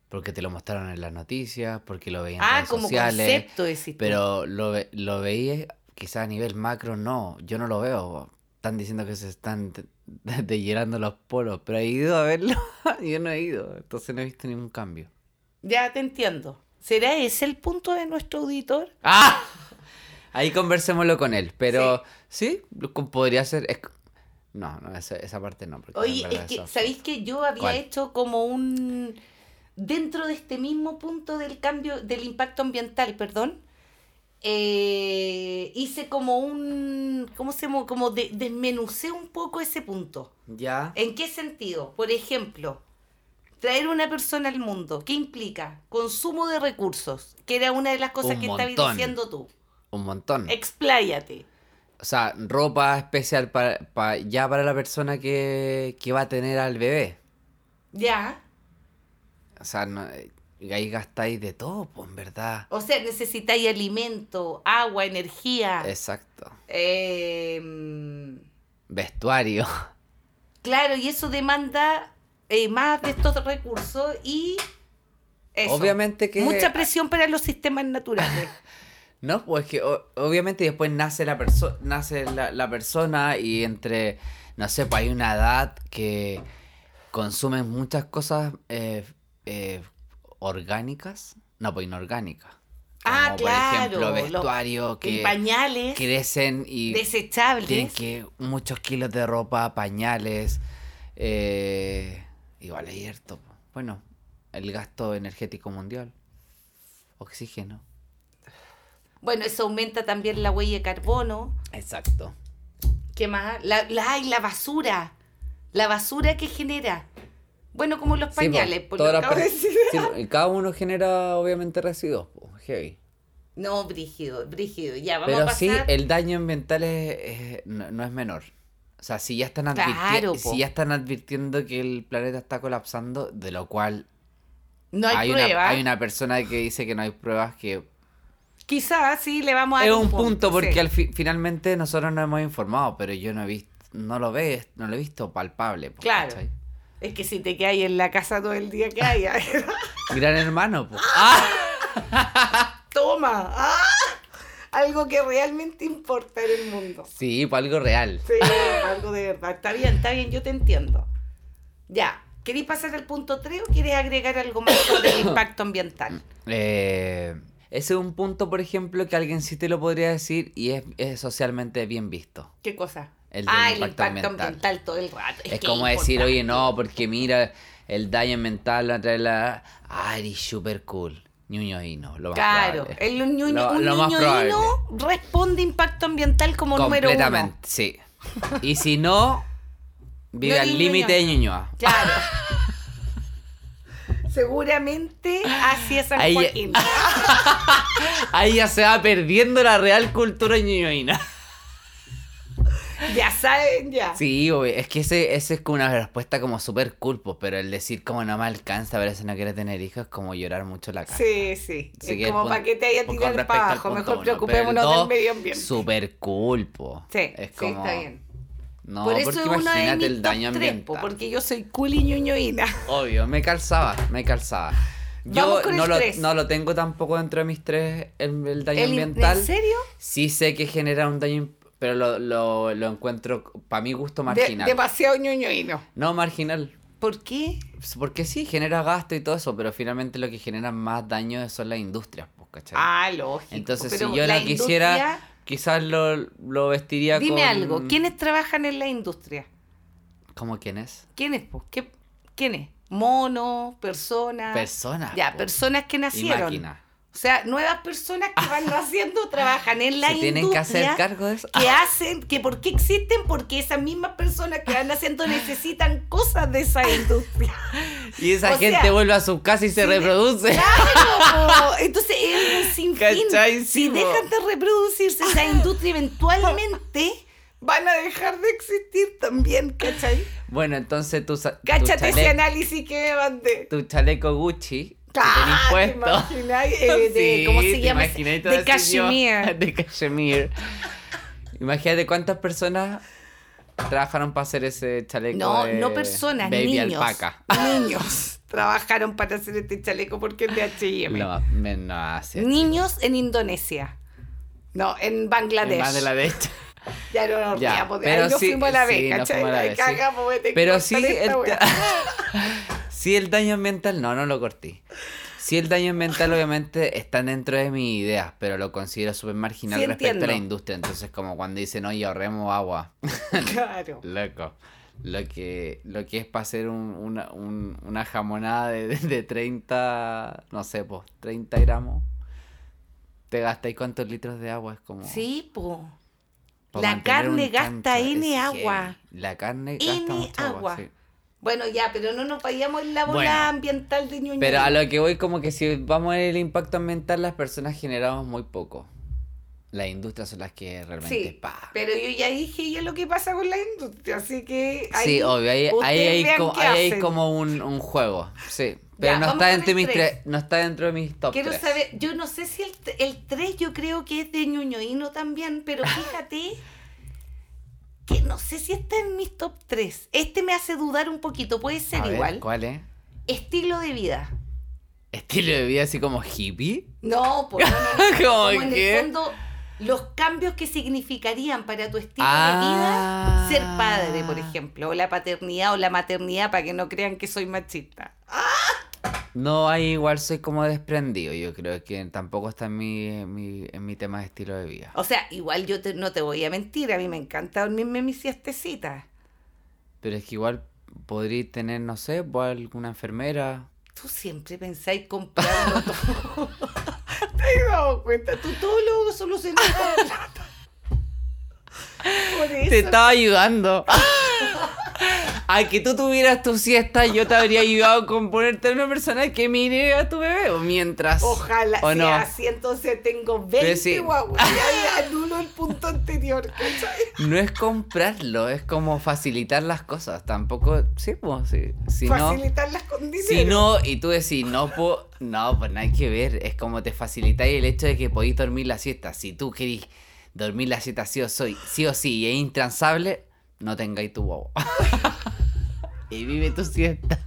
Porque te lo mostraron en las noticias, porque lo
qué?
veían en
Ah,
redes
como
sociales,
concepto decís tú.
pero lo, ve- lo veía quizás a nivel macro, no, yo no lo veo. po. Están diciendo que se están de- de- dehielando los polos, pero he ido a verlo, yo no he ido, entonces no he visto ningún cambio.
Ya te entiendo. ¿Será ese el punto de nuestro auditor?
¡Ah! Ahí conversémoslo con él. Pero sí, lo- con- podría ser. es- No, no, esa, esa parte no. porque
Oye,
en
es
verdad
que,
eso-
¿sabéis que yo había
¿Cuál?
hecho como un... Dentro de este mismo punto del cambio, del impacto ambiental, perdón, eh, hice como un... ¿Cómo se llama? Como de- desmenucé un poco ese punto.
Ya.
¿En qué sentido? Por ejemplo, traer una persona al mundo, ¿qué implica? Consumo de recursos, que era una de las cosas
Un
que
montón. Mm.
estabas diciendo tú.
Un montón.
eh, Expláyate.
O sea, ropa especial para, pa- ya para la persona que, que va a tener al bebé.
Ya.
O sea, no- eh, ahí gastáis de todo, pues, en verdad.
O sea, necesitáis alimento, agua, energía.
Exacto.
Eh,
Vestuario.
claro, y eso demanda eh, más de estos recursos y... eso.
Obviamente que.
Mucha presión para los sistemas naturales.
No, pues que o- obviamente después nace la persona nace la, la persona y entre, no sé, pues hay una edad que consumen muchas cosas eh, eh, orgánicas, no, pues inorgánicas.
Ah,
Como,
claro,
Por
los-
ejemplo, vestuario
y
que
pañales
crecen y
desechables.
tienen que muchos kilos de ropa, pañales, eh, igual es cierto. Bueno, el gasto energético mundial, oxígeno.
Bueno, eso aumenta también la huella de carbono.
Exacto.
¿Qué más? La, la, ay, la basura. La basura que genera. Bueno, como los
Sí, pues, po,
pañales. por lo
todas
que
las
acabo de
per-
decir.
sí, po, y cada uno genera obviamente residuos, po, heavy.
No, brígido, brígido. Ya, vamos a
Pero
pasar.
sí, el daño ambiental es, es- no, no es menor. O sea, si ya, están advirti-
Claro, po.
si ya están advirtiendo que el planeta está colapsando, de lo cual
no hay,
hay,
prueba.
una, hay una persona que dice que no hay pruebas que...
Quizás sí le vamos a dar
Es un punto porque
sí.
al fi- finalmente nosotros nos hemos informado, pero yo no he visto, no lo ve, no lo he visto palpable. po,
Claro.
¿cachai?
Es que si te quedas en la casa todo el día que haya.
Gran hermano, po. ¡Ah!
Toma. ¡Ah! Algo que realmente importa en el mundo.
Sí, po, algo real.
Sí, algo de verdad. Está bien, está bien, yo te entiendo. Ya, ¿queréis pasar al punto 3 o quieres agregar algo más sobre el impacto ambiental?
Eh, Ese es un punto, por ejemplo, que alguien sí te lo podría decir y es, es socialmente bien visto.
¿Qué cosa?
El del
ah, el
impacto
impacto
ambiental.
ambiental. todo el rato.
Es,
que
como decir,
importante.
oye, no, porque mira, el daño mental la trae la... Ari, super cool. Ñuñoíno, lo más
Claro,
probable.
el un ñuño-
Lo-
un
lo más
niño
probable.
responde impacto ambiental como número uno.
Completamente, sí. Y si no, vive
No
al
eres
límite de
Ñuñoa.
Ñuñoa.
Claro. Seguramente así es San
Ahí-
Joaquín.
Ahí ya se va perdiendo la real cultura ñuñoína.
ya saben, ya.
Sí, obvio, es que ese, ese es como una respuesta como súper culpo, pero el decir como no me alcanza, pero si no quiere tener hijos es como llorar mucho la cara.
Sí, sí.
Así que
es
el
como
pun-
para que te haya
con
tirado
respecto al
para abajo.
punto
Mejor
uno, pero el
preocupémonos del
dos,
medio ambiente.
Súper culpo.
Sí,
Es
sí,
como-
está bien.
No,
Por eso
porque
es uno de
imagínate
mis
el
top
daño
tres,
ambiental.
po, porque yo soy cool y ñoñoína.
Obvio, me calzaba, me calzaba.
Vamos
Yo
con el
no lo,
tres.
no lo tengo tampoco dentro de mis tres, el, el daño
El-
ambiental.
¿En serio?
Sí sé que genera un daño, im- pero lo, lo, lo encuentro, para mi gusto,
De-
marginal.
demasiado ñoñoíno.
no, marginal.
¿Por qué?
Porque sí, genera gasto y todo eso, pero finalmente lo que genera más daño son las industrias, pues, ¿cachai?
Ah, lógico.
Entonces,
pero
si yo
la
la quisiera,
industria-
quizás lo, lo vestiría
Dime
con-
algo, ¿quiénes trabajan en la industria?
¿Cómo quién es?
¿Quiénes? po? ¿Qué, ¿Quiénes? Monos, personas.
Personas,
Ah, Ya,
po.
personas que
Y
nacieron.
máquina.
O sea, nuevas personas que van naciendo trabajan en la
Se tienen que
industria.
hacer cargo de eso.
que hacen, que por qué existen, porque esas mismas personas que van naciendo necesitan cosas de esa industria.
Y esa
o
gente
sea,
vuelve a su casa y se
sí,
reproduce.
Claro, entonces es un sinfín.
¿Cachai? Sí,
Si
po.
dejan de reproducirse esa industria, eventualmente van a dejar de existir también, ¿cachai?
Bueno, entonces tú sa- tu,
Cáchate ese
chale-
análisis que me mandé.
tu chaleco Gucci que
Ah,
tenés
¿te
puesto.
imagináis? Eh, de, ¿Cómo
Sí,
se
te
llama? ese?
imaginé y te
De
voy a decir yo,
cashmere.
De cashmere. Imagínate cuántas personas trabajaron para hacer ese chaleco.
No,
de pues,
no personas,
baby
niños.
alpaca.
Niños trabajaron para hacer este chaleco porque es de H&M.
No, me- no hace.
Niños en Indonesia. No, en Bangladesh.
Más de la derecha.
Ya no nos
Ya,
riamos de-
pero
ahí nos
sí,
fuimos a la
sí,
vez,
nos
¿cachai?
fuimos a la
Ahí
vez, sí.
cagamos, vete,
Pero
cortan
sí
esta
el,
wea.
sí el daño ambiental, no, no lo corté. Sí el daño ambiental obviamente está dentro de mis ideas, pero lo considero súper marginal
Sí,
respecto a la
entiendo.
industria. Entonces como cuando dicen, oye, ahorremos agua.
Claro.
Loco. Lo que, lo que es para hacer un- una, un- una jamonada de, de- de 30, no sé, pues 30 gramos. ¿Te gastáis cuántos litros de agua? Es como...
Sí, po.
pa
la
mantener un
carne gasta
chancho,
N
es
agua.
heavy. La carne gasta
N
mucha agua.
agua.
sí.
Bueno, ya, pero no nos vayamos en la bola
Bueno.
ambiental de ñoño.
Pero a lo que voy, como que si vamos en el impacto ambiental, las personas generamos muy poco. Las industrias son las que realmente
Sí,
pa.
pero yo ya dije ya lo que pasa con la industria, así que...
Sí, obvio, ahí, ahí
ustedes
hay,
vean
como,
qué
ahí hay
hacen.
como un, un juego. Sí. Pero no
vamos
está
con
dentro de
el
mis
tres.
tres. No está dentro de mis top
Quiero
tres.
saber, yo no sé si el, el 3 yo creo que es de ñoñoíno también, pero fíjate que no sé si está en mis top 3. Este me hace dudar un poquito, puede ser
A ver,
igual.
¿Cuál es?
Estilo de vida.
¿Estilo de vida así como hippie?
No, pues no, no, no.
¿Cómo
Como en
qué?
el fondo, los cambios que significarían para tu estilo
Ah.
de vida ser padre, por ejemplo, o la paternidad o la maternidad, para que no crean que soy machista.
No, ahí igual soy como desprendido. Yo creo que tampoco está en mi, en mi, en mi tema de estilo de vida.
O sea, igual yo te- no te voy a mentir, a mí me encanta dormirme mis siestecitas.
Pero es que igual podría tener, no sé, pues, alguna enfermera.
Tú siempre pensáis comprarlo todo. ¿Te has dado cuenta? Tú todo lo solucionas con plata. Por eso.
Te estaba ayudando. A que tú tuvieras tu siesta, yo te habría ayudado con ponerte una persona que mire a tu bebé o mientras.
Ojalá
o
sea
no.
así, entonces tengo 20
sí.
guaguas. Ya anulo el punto anterior, ¿cachai?
No es comprarlo, es como facilitar las cosas. Tampoco. Sí, pues, sí. Si no.
Facilitar las condiciones.
Si no, y tú decís, no, po, no, pues nada que ver. Es como te facilitáis el hecho de que podéis dormir la siesta. Si tú querís dormir la siesta sí o, soy, sí, o sí y es intransable, no tengáis tu huevo. y vive tu siesta.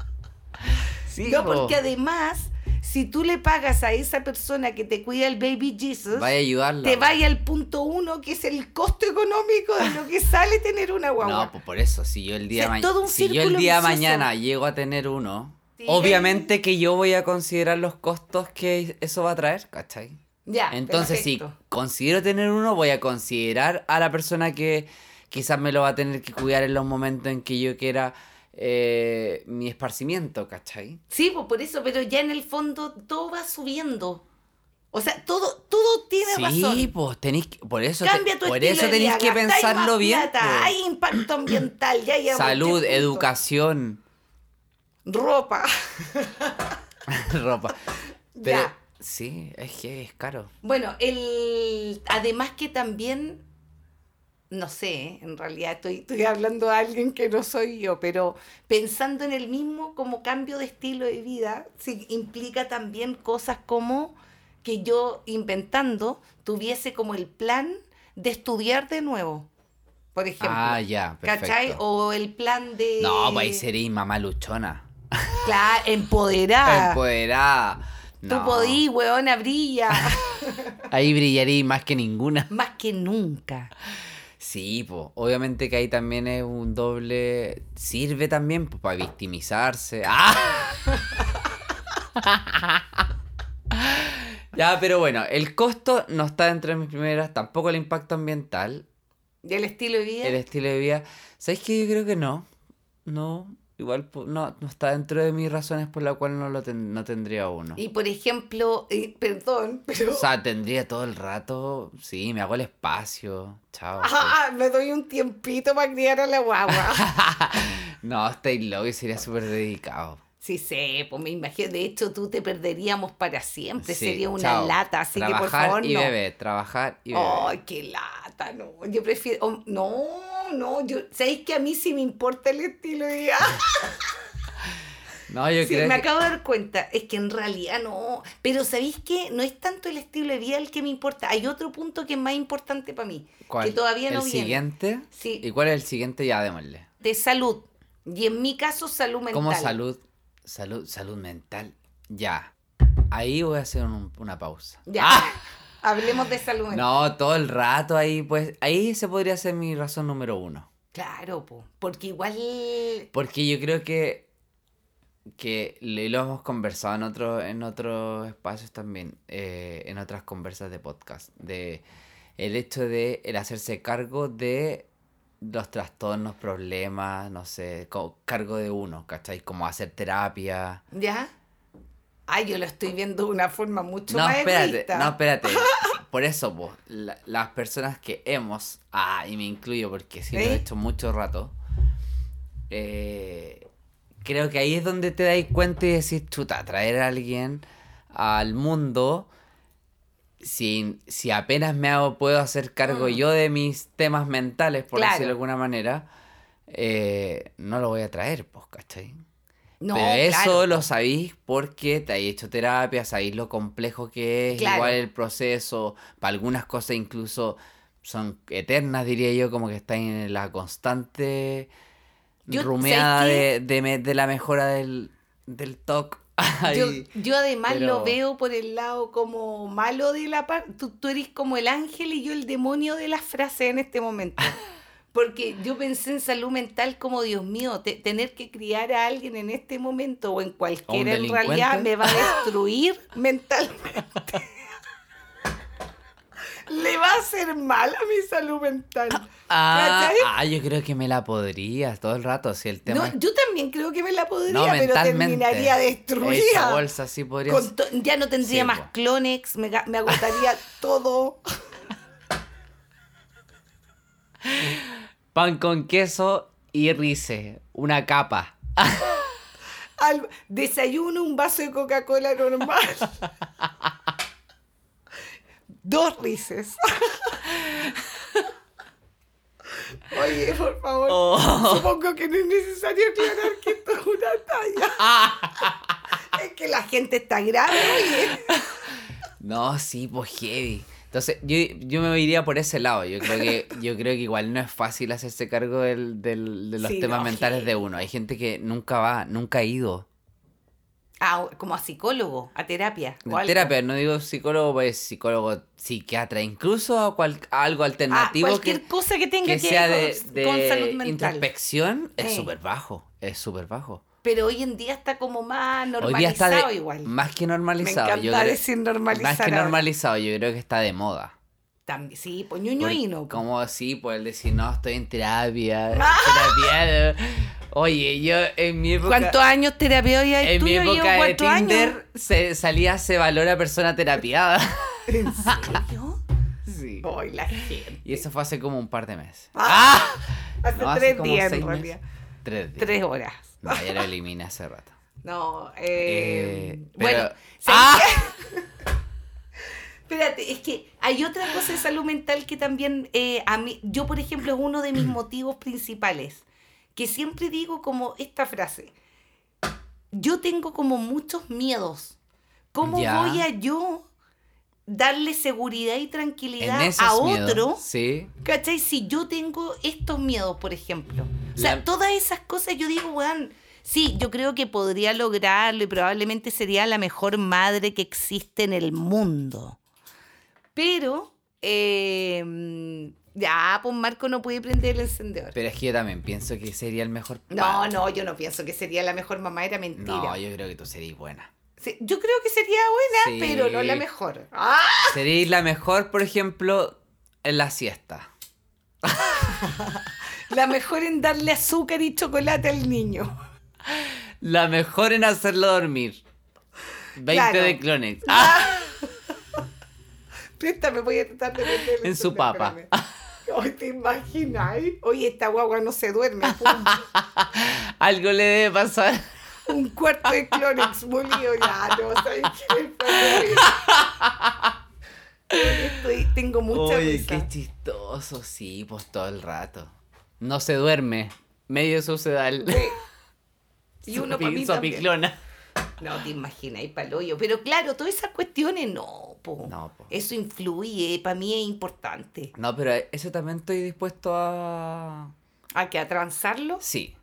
Sí,
No,
po.
porque además, si tú le pagas a esa persona que te cuida el baby Jesus,
Vaya a ayudarla.
te
po.
vaya al punto uno, que es el costo económico de lo que sale tener una guagua.
No, pues por eso, si yo el día,
O sea,
ma-
todo un
si yo el
círculo
día de
vicioso.
mañana llego a tener uno,
Sí.
obviamente que yo voy a considerar los costos que eso va a traer, ¿cachai?
Ya,
Entonces,
perfecto.
si considero tener uno, voy a considerar a la persona que quizás me lo va a tener que cuidar en los momentos en que yo quiera eh, mi esparcimiento, ¿cachai?
Sí, pues por eso, pero ya en el fondo todo va subiendo. O sea, todo, todo tiene
Sí,
razón.
pues tenéis que- por eso, te-
Cambia tu
por
estilo
eso
de
tenéis
vida,
que
gastáis
pensarlo
más
bien.
plata,
pues.
Hay impacto ambiental, ya llegamos a
Salud,
este punto.
educación,
Ropa.
ropa.
Ya.
Pero, sí, es que es caro.
Bueno, el además que también, no sé, en realidad estoy, estoy hablando a alguien que no soy yo, pero pensando en el mismo como cambio de estilo de vida, sí, implica también cosas como que yo inventando tuviese como el plan de estudiar de nuevo, por ejemplo.
Ah, ya, perfecto.
¿Cachai? O el plan de...
No, pues ahí seréis mamá luchona.
Claro, empoderada.
Empoderada.
Ah. Tú
No,
podís, weona, brilla.
Ahí brillaréis más que ninguna.
Más que nunca.
Sí, po. obviamente que ahí también es un doble. Sirve también para victimizarse. ¡Ah! ya, pero bueno, el costo no está dentro de mis primeras, tampoco el impacto ambiental,
Y el estilo de vida.
el estilo de vida. ¿Sabéis que yo creo que no? No, igual po- no, no está dentro de mis razones por la cual no lo ten- no tendría uno.
Y por ejemplo, eh, perdón, pero.
O sea, tendría todo el rato. Sí, me hago el espacio. Chao. pues.
Ah, me doy un tiempito para criar a la guagua.
No, Stay Low sería súper dedicado.
sí, sé, pues me imagino. De hecho, tú te perderíamos para siempre.
Sí,
sería una
chao.
lata, así
trabajar
que por favor
y
no.
beber, trabajar y beber.
Ay, qué lata, no. Yo prefiero. oh, no, no, yo. ¿Sabéis que a mí sí me importa el estilo de vida?
no, yo
Sí,
creo
me
que...
acabo de dar cuenta. Es que en realidad no. Pero ¿sabéis qué? No es tanto el estilo de vida el que me importa. Hay otro punto que es más importante para mí.
¿Cuál?
Que todavía no
¿El
viene.
siguiente?
Sí.
¿Y cuál es el siguiente? Ya, démosle.
de salud. Y en mi caso, salud mental.
Como salud, salud, salud mental. Ya. Ahí voy a hacer un- una pausa. Ah,
Ya. Hablemos de salud mental.
No, todo el rato ahí, pues, ahí se podría ser mi razón número uno.
Claro, po, porque igual.
Porque yo creo que, que le- lo hemos conversado en otros en otros espacios también, eh, en otras conversas de podcast, de el hecho de el hacerse cargo de los trastornos, problemas, no sé, co- cargo de uno, ¿cachai? Como hacer terapia.
¿Ya? Ay, yo lo estoy viendo de una forma mucho
No,
más
espérate,
egoísta.
no, espérate. Por eso, pues, la- las personas que hemos, ah, y me incluyo porque sí lo
¿Sí?
he hecho mucho rato, eh, creo que ahí es donde te dais cuenta y decís, chuta, traer a alguien al mundo, sin, si apenas me hago, puedo hacer cargo yo de mis temas mentales, por
Mm. Claro.
decirlo de alguna manera, eh, no lo voy a traer, pues, ¿cachai?
No,
Pero eso
claro.
lo sabéis porque te hay hecho terapia, sabéis lo complejo que es,
Claro.
igual el proceso, para algunas cosas incluso son eternas, diría yo, como que están en la constante
Yo-
rumeada
¿sabes
de, de me- de la mejora del, del TOC.
Yo,
Ay,
yo además
pero-
lo veo por el lado como malo de la parte. Tú, tú eres como el ángel y yo el demonio de las frases en este momento. Porque yo pensé en salud mental como, Dios mío, te- tener que criar a alguien en este momento o en cualquiera en
delincuente.
realidad me va a destruir mentalmente. Le va a hacer mal a mi salud mental.
ah,
¿cachai?
ah, yo creo que me la podrías todo el rato, si el tema...
No,
es-
yo también creo que me la podría,
no,
pero terminaría
Esa
destruida.
bolsa sí podría
Con
ser-
to- ya no tendría
Sí,
más
po.
clonex, me, ga- me agotaría todo.
Pan con queso y rice, una capa.
Al desayuno, un vaso de Coca-Cola normal. Dos rices. Oye, por favor,
Oh.
supongo que no es necesario aclarar que esto es una talla. es que la gente está grave, oye.
No, sí, pues heavy. Entonces, yo, yo me iría por ese lado. Yo creo que, yo creo que igual no es fácil hacerse cargo del- del- de los
Sí,
temas
no,
mentales de uno. Hay gente que nunca va, nunca ha ido.
Ah, como a psicólogo, a terapia. o algo.
Terapia, no digo psicólogo, pues psicólogo psiquiatra, incluso a cual- a algo
Ah,
alternativo
cualquier
que,
cosa que tenga
que
que,
sea
ver
de,
con,
de
con salud mental.
introspección, es
Sí.
súper bajo, es súper bajo.
pero hoy en día está como más normalizado
Hoy día está de-
igual.
más que normalizado.
Me encanta
yo creo-
decir normalizar
Más que
ahora.
normalizado, yo creo que está de moda.
También, sí, pues ñoñoíno. po.
Como así, pues el decir, no, estoy en terapia. terapiado. Oye, yo en mi época...
¿Cuántos años terapia hoy hay
En mi
tuyo? Yo
época de
cuatro años.
Tinder se, salía se valora persona terapiada.
¿En serio?
Sí.
Ay, la gente.
Y eso fue hace como un par de meses.
Oh. Ah, hace
No,
tres
como
días en
seis meses.
realidad.
Tres días.
Tres horas.
No, ya lo eliminé hace rato.
No, eh,
Eh,
bueno.
pero-
¿sabes
¡Ah!
Espérate, es que hay otra cosa de salud mental que también eh, a mí, yo por ejemplo, es uno de
Mm.
mis motivos principales, que siempre digo como esta frase, yo tengo como muchos miedos, ¿cómo
Ya.
voy a yo darle seguridad y tranquilidad
En esos
a
miedos,
otro?
Sí.
¿Cachai? Si yo tengo estos miedos, por ejemplo. O sea,
La-
todas esas cosas yo digo, weón, sí, yo creo que podría lograrlo y probablemente sería la mejor madre que existe en el mundo. Pero, eh, ya, pues Marco no puede prender el encendedor.
Pero es que yo también pienso que sería el mejor.
No, no, yo no pienso que sería la mejor mamá, era mentira.
No,
Sí,
yo creo que tú serías buena.
yo... creo que sería buena,
Sí.
pero no la mejor. ¡Ah!
Serías la mejor, por ejemplo, en la siesta.
La mejor en darle azúcar y chocolate al niño.
La mejor en hacerlo dormir. 20
Claro.
de clones. ¡Ah!
Préstame, voy a tratar de meterle
En su
celular,
papa.
espérame. Ay, ¿te imaginas? Oye, esta guagua no se duerme. pum.
Algo le debe pasar.
Un cuarto de Clorox molido. Ya, no, ¿sabes qué me Estoy, tengo mucha
Oye,
risa.
qué chistoso. Sí, pues todo el rato. No se duerme. Medio sucedal.
Y uno para mí también.
Sopiclona.
No te imaginas, ahí paloyo. Pero claro, todas esas cuestiones no, po.
No, po.
Eso influye, para mí es importante.
No, pero eso también estoy dispuesto a...
¿A que a transarlo?
Sí.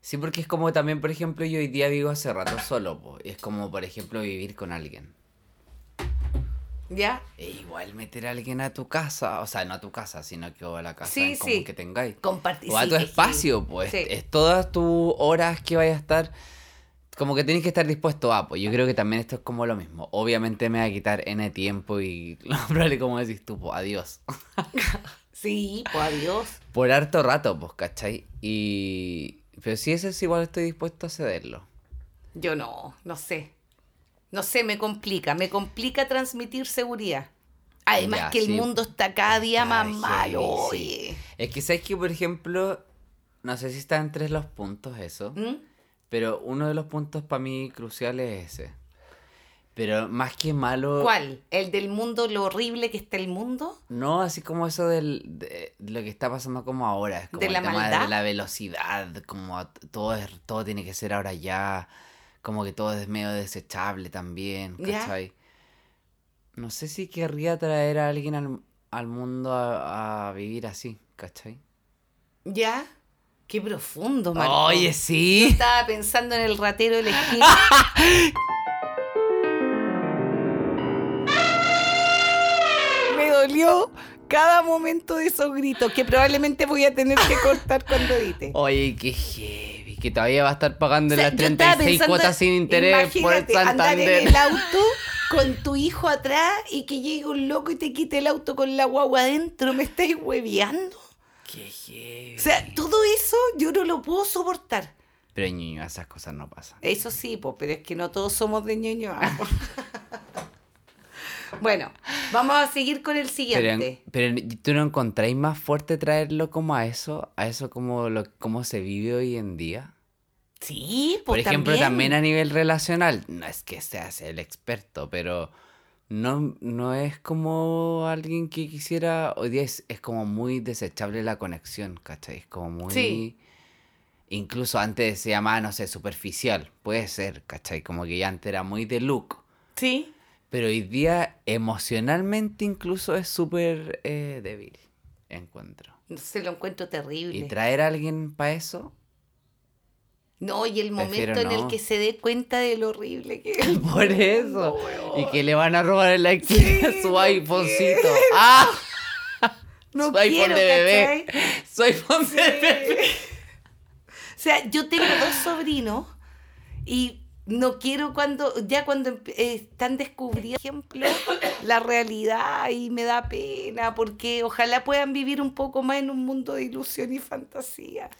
Sí, porque es como también, por ejemplo, yo hoy día vivo hace rato solo, po. Y es como, por ejemplo, vivir con alguien.
¿Ya?
E igual meter a alguien a tu casa, o sea, no a tu casa, sino que a la casa
Sí,
en común
sí.
que tengáis.
Compartir.
O a
sí,
tu
es que-
espacio, pues.
Sí.
Es todas tus horas que vayas a estar. Como que tenés que estar dispuesto a, pues yo creo que también esto es como lo mismo. Obviamente me va a quitar N tiempo y lo probable como decís tú, pues, adiós.
Sí, pues adiós.
Por harto rato, pues, ¿cachai? Y... Pero si eso es igual estoy dispuesto a cederlo.
Yo no, no sé. No sé, me complica, me complica transmitir seguridad. Además
Ya,
que el
sí.
mundo está cada día
Está
más
heavy,
malo,
sí.
oye.
Es que sabes que, por ejemplo, no sé si está entre los puntos eso,
¿Mm?
pero uno de los puntos para mí cruciales es ese. Pero más que malo...
¿Cuál? ¿El del mundo, lo horrible que está el mundo?
No, así como eso del, de, de lo que está pasando como ahora, es como
¿De
el
la
tema de
maldad?
la velocidad, como a- todo es, todo tiene que ser ahora ya, como que todo es medio desechable también,
Ya.
¿cachai? No sé si querría traer a alguien al, al mundo a, a vivir así, ¿cachai?
¿Ya? Qué profundo, Marco.
Oye,
Yo
sí.
estaba pensando en el ratero de la esquina. Me dolió cada momento de esos gritos que probablemente voy a tener que cortar cuando edite.
Oye, qué heavy, que todavía va a estar pagando
O sea,
las
yo estaba
36
pensando,
cuotas sin interés por el
imagínate, andar en
Santander.
el auto con tu hijo atrás y que llegue un loco y te quite el auto con la guagua adentro. ¿Me estáis hueveando?
Qué
O
heavy.
sea, todo eso yo no lo puedo soportar.
Pero niño, esas cosas no pasan.
Eso sí, po, pero es que no todos somos de ñoño. ah, po. bueno, vamos a seguir con el
Pero, en-
siguiente.
pero en- tú no encontráis más fuerte traerlo como a eso, a eso como lo cómo se vive hoy en día.
sí, po,
Por ejemplo, también. a nivel relacional, no es que seas el experto, pero no, no es como alguien que quisiera, hoy día es, es como muy desechable la conexión, ¿cachai? Es como muy...
Sí.
Incluso antes se llamaba, no sé, superficial, puede ser, ¿cachai? Como que ya antes era muy de look.
Sí.
Pero hoy día emocionalmente incluso es súper eh, débil, encuentro.
Se lo encuentro terrible.
Y traer a alguien para eso,
no, y el
Prefiero
momento en el
no.
que se dé cuenta de lo horrible que es.
por eso. y que le van a robar el esquina su iPhonecito. ¡Ah!
No
su iPhone
quiero,
de bebé.
¿cachai?
Su iPhone de bebé.
O sea, yo tengo dos sobrinos Y no quiero cuando, ya cuando empe- eh, están descubriendo, por ejemplo, la realidad y me da pena porque ojalá puedan vivir un poco más en un mundo de ilusión y fantasía.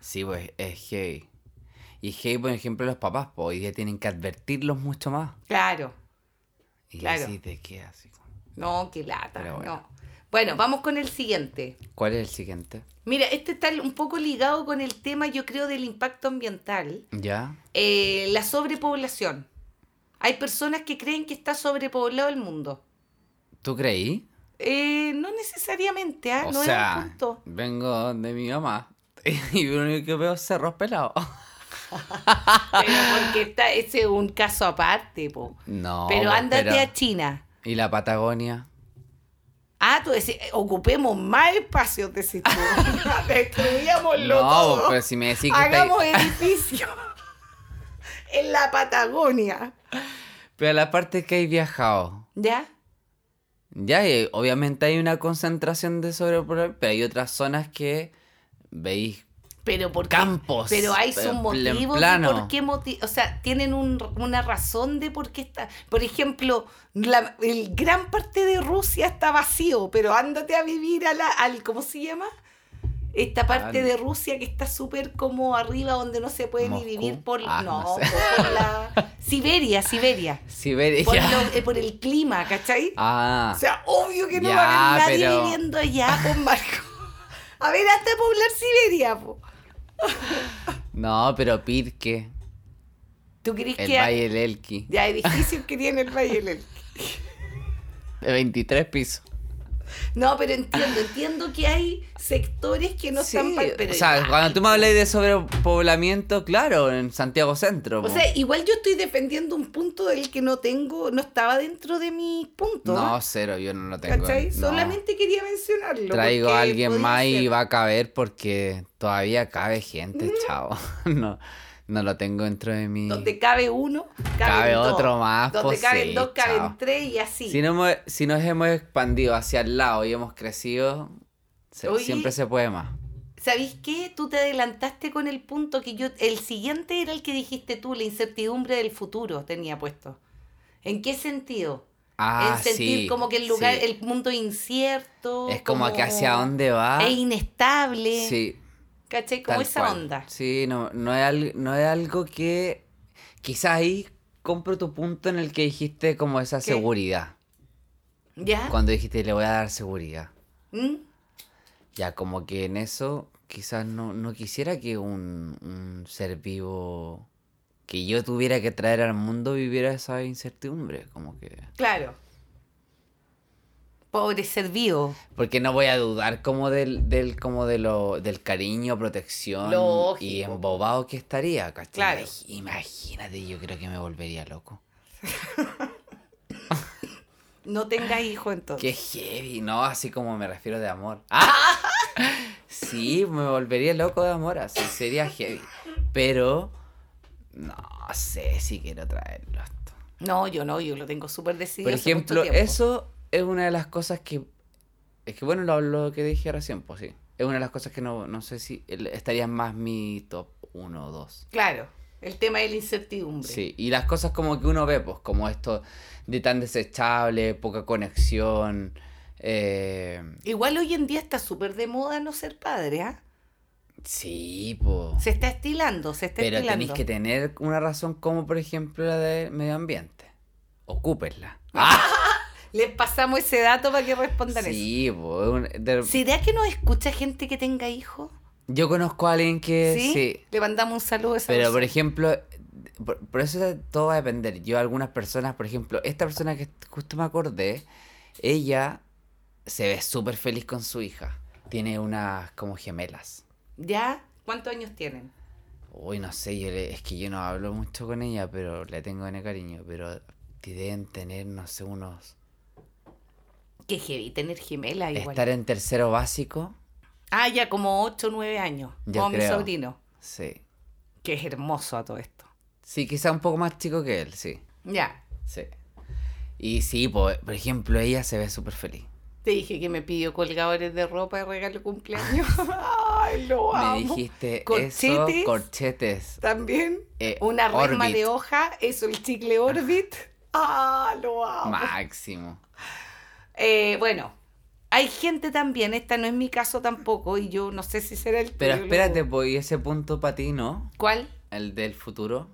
Sí, pues es gay. Y es gay, por ejemplo, los papás, pues hoy día tienen que advertirlos mucho más.
Claro,
Y
Claro.
así te queda así. como-
no, qué lata,
Pero bueno.
no. Bueno, vamos con el siguiente.
¿Cuál es el siguiente?
Mira, este está un poco ligado con el tema, yo creo, del impacto ambiental.
¿Ya?
Eh, la sobrepoblación. Hay personas que creen que está sobrepoblado el mundo.
¿Tú creí?
Eh, no necesariamente, ¿ah? no
o
es un
sea,
punto.
vengo de mi mamá y lo único que veo es cerros pelados.
Pero porque está, ese es un caso aparte, po.
No.
pero
pues,
ándate
pero-
a China.
¿Y la Patagonia?
Ah, tú decís, eh, ocupemos más espacios, decís tú. Destruyámoslo
No,
todo.
pero si me decís que está-
Oh, Hagamos edificios en la Patagonia.
Pero la parte que hay viajado.
¿Ya?
Ya, y obviamente hay una concentración de sobrepoblación, pero hay otras zonas que veis
Pero por qué-
Campos,
Pero hay
pero
su
en
motivo de
plano.
por qué moti- o sea, tienen un- una razón de por qué está. Por ejemplo, la el gran parte de Rusia está vacío, pero ándate a vivir a la, al, ¿cómo se llama? Esta parte
Al-
de Rusia que está súper como arriba donde no se puede
Moscú.
ni vivir por,
Ah,
no,
no sé.
por la Siberia, Siberia.
Siberia.
Por, lo- eh, por el clima, ¿cachai?
Ah,
O sea, obvio que no
Ya,
va a haber nadie
pero-
viviendo allá con Marco. A ver, hasta poblar Siberia, po.
no, pero Pirque,
¿Tú crees
el
que hay-
Valle del Elqui,
Ya, edificios que tiene el Valle del Elqui.
de 23 pisos.
No, pero entiendo, entiendo que hay sectores que no
Sí,
están... par- pero
o sea,
igual,
cuando tú me hablas de sobrepoblamiento, claro, en Santiago Centro.
O
po.
sea, igual yo estoy defendiendo un punto del que no tengo, no estaba dentro de mi punto.
no, cero, yo no lo tengo.
¿Cachai?
no.
Solamente quería mencionarlo.
Traigo
porque
a alguien
podía
más y
ser. Mm.
va a caber porque todavía cabe gente, chavo. No, no lo tengo dentro de mí.
Donde cabe uno, cabe,
Cabe otro más,
Donde
pues
caben
sí,
dos, caben
chao.
tres y así.
Si, no hemos- si nos hemos expandido hacia el lado y hemos crecido, se-
Oye.
siempre se puede más.
¿Sabéis qué? Tú te adelantaste con el punto que yo. El siguiente era el que dijiste tú, la incertidumbre del futuro tenía puesto. ¿En qué sentido?
Ah,
en sentir
sí,
como que el lugar,
sí.
el mundo es incierto.
Es como que hacia dónde va.
Es inestable.
Sí,
¿Cachai? Como
tal
esa
cual.
onda.
Sí, no, no, es, al- no es algo que... Quizás ahí compro tu punto en el que dijiste como esa
¿Qué?
seguridad.
¿Ya?
Cuando dijiste le voy a dar seguridad.
¿Mm?
Ya como que en eso quizás no, no quisiera que un, un ser vivo que yo tuviera que traer al mundo viviera esa incertidumbre. Como que...
Claro. Pobre ser vivo.
Porque no voy a dudar como del, del, como de lo, del cariño, protección y
Lógico.
embobado que estaría, ¿cachai?
Claro.
Imag- Imagínate, yo creo que me volvería loco.
No
Ah,
tenga hijos entonces.
Qué heavy, no, así como me refiero de amor. ¡Ah! Sí, me volvería loco de amor, así sería heavy. Pero no sé si quiero traerlo. a esto.
No, yo no, yo lo tengo súper decidido.
Por
hace mucho
ejemplo,
tiempo.
eso es una de las cosas que. Es que bueno, lo, lo que dije recién, pues sí. Es una de las cosas que no, no sé si el- estaría más mi top 1 o 2.
Claro, el tema de la incertidumbre.
Sí, y las cosas como que uno ve, pues como esto de tan desechable, poca conexión. eh,
Igual hoy en día está súper de moda no ser padre, ¿ah?
sí, pues.
Se está estilando, se está
Pero
estilando.
tenéis que tener una razón como, por ejemplo, la de medio ambiente. Ocúpenla. Ah,
Les pasamos ese dato para que respondan
Sí, po, es un- de-
eso. ¿Será que nos escucha gente que tenga hijos?
Yo conozco a alguien que
¿Sí?
Eh, sí,
Le mandamos un saludo a esa
Pero, por
persona.
ejemplo, por, por eso todo va a depender. Yo, algunas personas, por ejemplo, esta persona que justo me acordé, ella se ve súper feliz con su hija. Tiene unas como gemelas.
¿Ya? ¿Cuántos años tienen?
Uy, no sé, yo le- es que yo no hablo mucho con ella, pero le tengo en cariño. Pero te deben tener, no sé, unos.
Qué heavy tener gemela igual.
Estar en tercero básico.
Ah, ya como 8 o 9 años.
Yo
como mi
creo.
sobrino.
Sí.
Que es hermoso a todo esto.
Sí, quizá un poco más chico que él, sí.
Ya.
Sí. Y sí, po, por ejemplo, ella se ve súper feliz.
Te dije que me pidió colgadores de ropa de regalo de cumpleaños. Ay, Ay, lo amo.
Me dijiste
Corchetes.
eso, corchetes.
También
Eh,
una resma
Orbit.
de hoja, eso, el chicle Orbit. Ah, lo amo.
Máximo.
Eh, bueno, hay gente también, esta no es mi caso tampoco, y yo no sé si será el
Pero
tuyo,
espérate,
loco.
pues, ¿y ese punto para ti no?
¿Cuál?
El del futuro.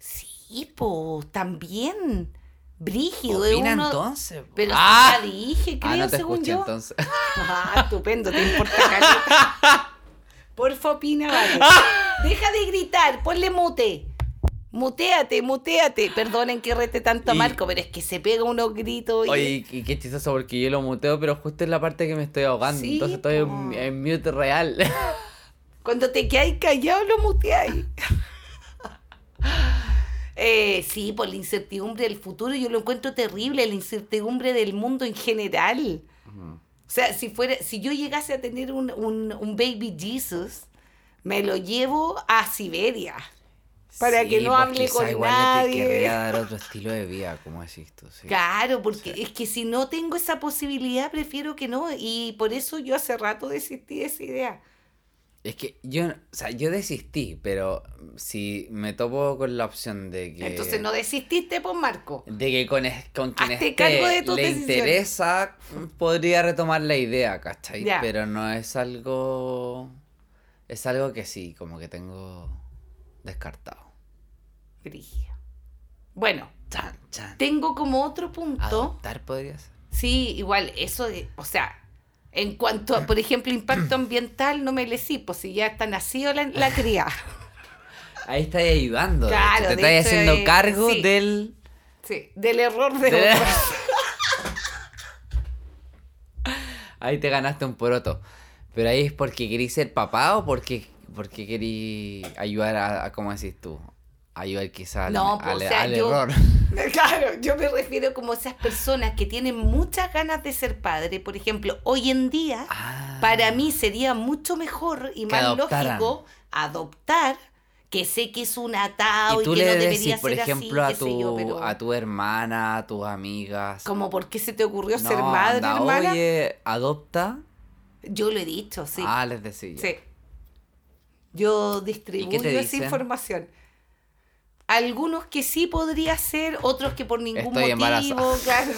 Sí, po, también. Brígido, es
Opina
uno...
entonces. po.
Pero
ah,
sí la dije, creo,
ah, no te
según
escuché
yo.
entonces.
Ah, estupendo, te importa caleta. Porfa, opina, vale. Deja de gritar, ponle mute. Muteate, muteate. Perdonen que rete tanto a
Y-
Marco, pero es que se pega unos gritos. y-
Oye, y, y qué chistoso porque yo lo muteo, pero justo es la parte que me estoy ahogando.
Sí,
entonces estoy en,
po.
en mute real.
Cuando te quedáis callado, lo muteáis. Eh, sí, por la incertidumbre del futuro, yo lo encuentro terrible, la incertidumbre del mundo en general. O sea, si, fuera, si yo llegase a tener un, un- un baby Jesus, me lo llevo a Siberia. Para que no
pues
hable
quizá
con
igual
nadie.
Le te querría dar otro estilo de vida, como decís tú. sí.
Claro, porque es que si no tengo esa posibilidad, prefiero que no. Y por eso yo hace rato desistí de esa idea.
Es que yo, o sea, yo desistí, pero si me topo con la opción de que.
Entonces no desististe, pues Marco.
De que con, es- con quien
Hazte
esté
cargo de tus
le
decisiones.
interesa, podría retomar la idea, ¿cachai?
Ya.
Pero no es algo. Es algo que sí, como que tengo descartado.
Brígido. Bueno,
Chan, chan.
Tengo como otro punto.
Adoptar podría ser.
Sí, igual, eso, de- o sea, en cuanto a, por ejemplo, impacto ambiental, no me le sí, pues si ya está nacido la, la cría.
Ahí estáis ayudando. de hecho,
Claro, de
te estáis
hecho,
haciendo
eh,
cargo
sí.
del.
Sí, del error de,
del-
otros.
ahí te ganaste un poroto. Pero ahí es porque querís ser papá o porque, porque querís ayudar a, a- ¿cómo decís tú? Ayudar quizás al,
No, pues,
al-
o sea,
al
yo-
error.
Claro, yo me refiero como a esas personas que tienen muchas ganas de ser padre. Por ejemplo, hoy en día,
Ah.
para mí sería mucho mejor y
Que
más
adoptaran.
lógico adoptar, que sé que es un atado y,
Ah, y tú
que
le
no debería
decís, por
ser
ejemplo,
así,
a,
qué sé
tu,
yo, pero
a tu hermana, a tus amigas.
como por qué se te ocurrió ser
No,
madre,
anda,
hermana.
Oye, adopta.
Yo lo he dicho, sí.
Ah, les decía.
sí. Yo
¿Y qué
distribuyo
te
esa
dicen?
información. Algunos que sí podría ser, otros que por ningún
Estoy
motivo,
embarazada.
claro.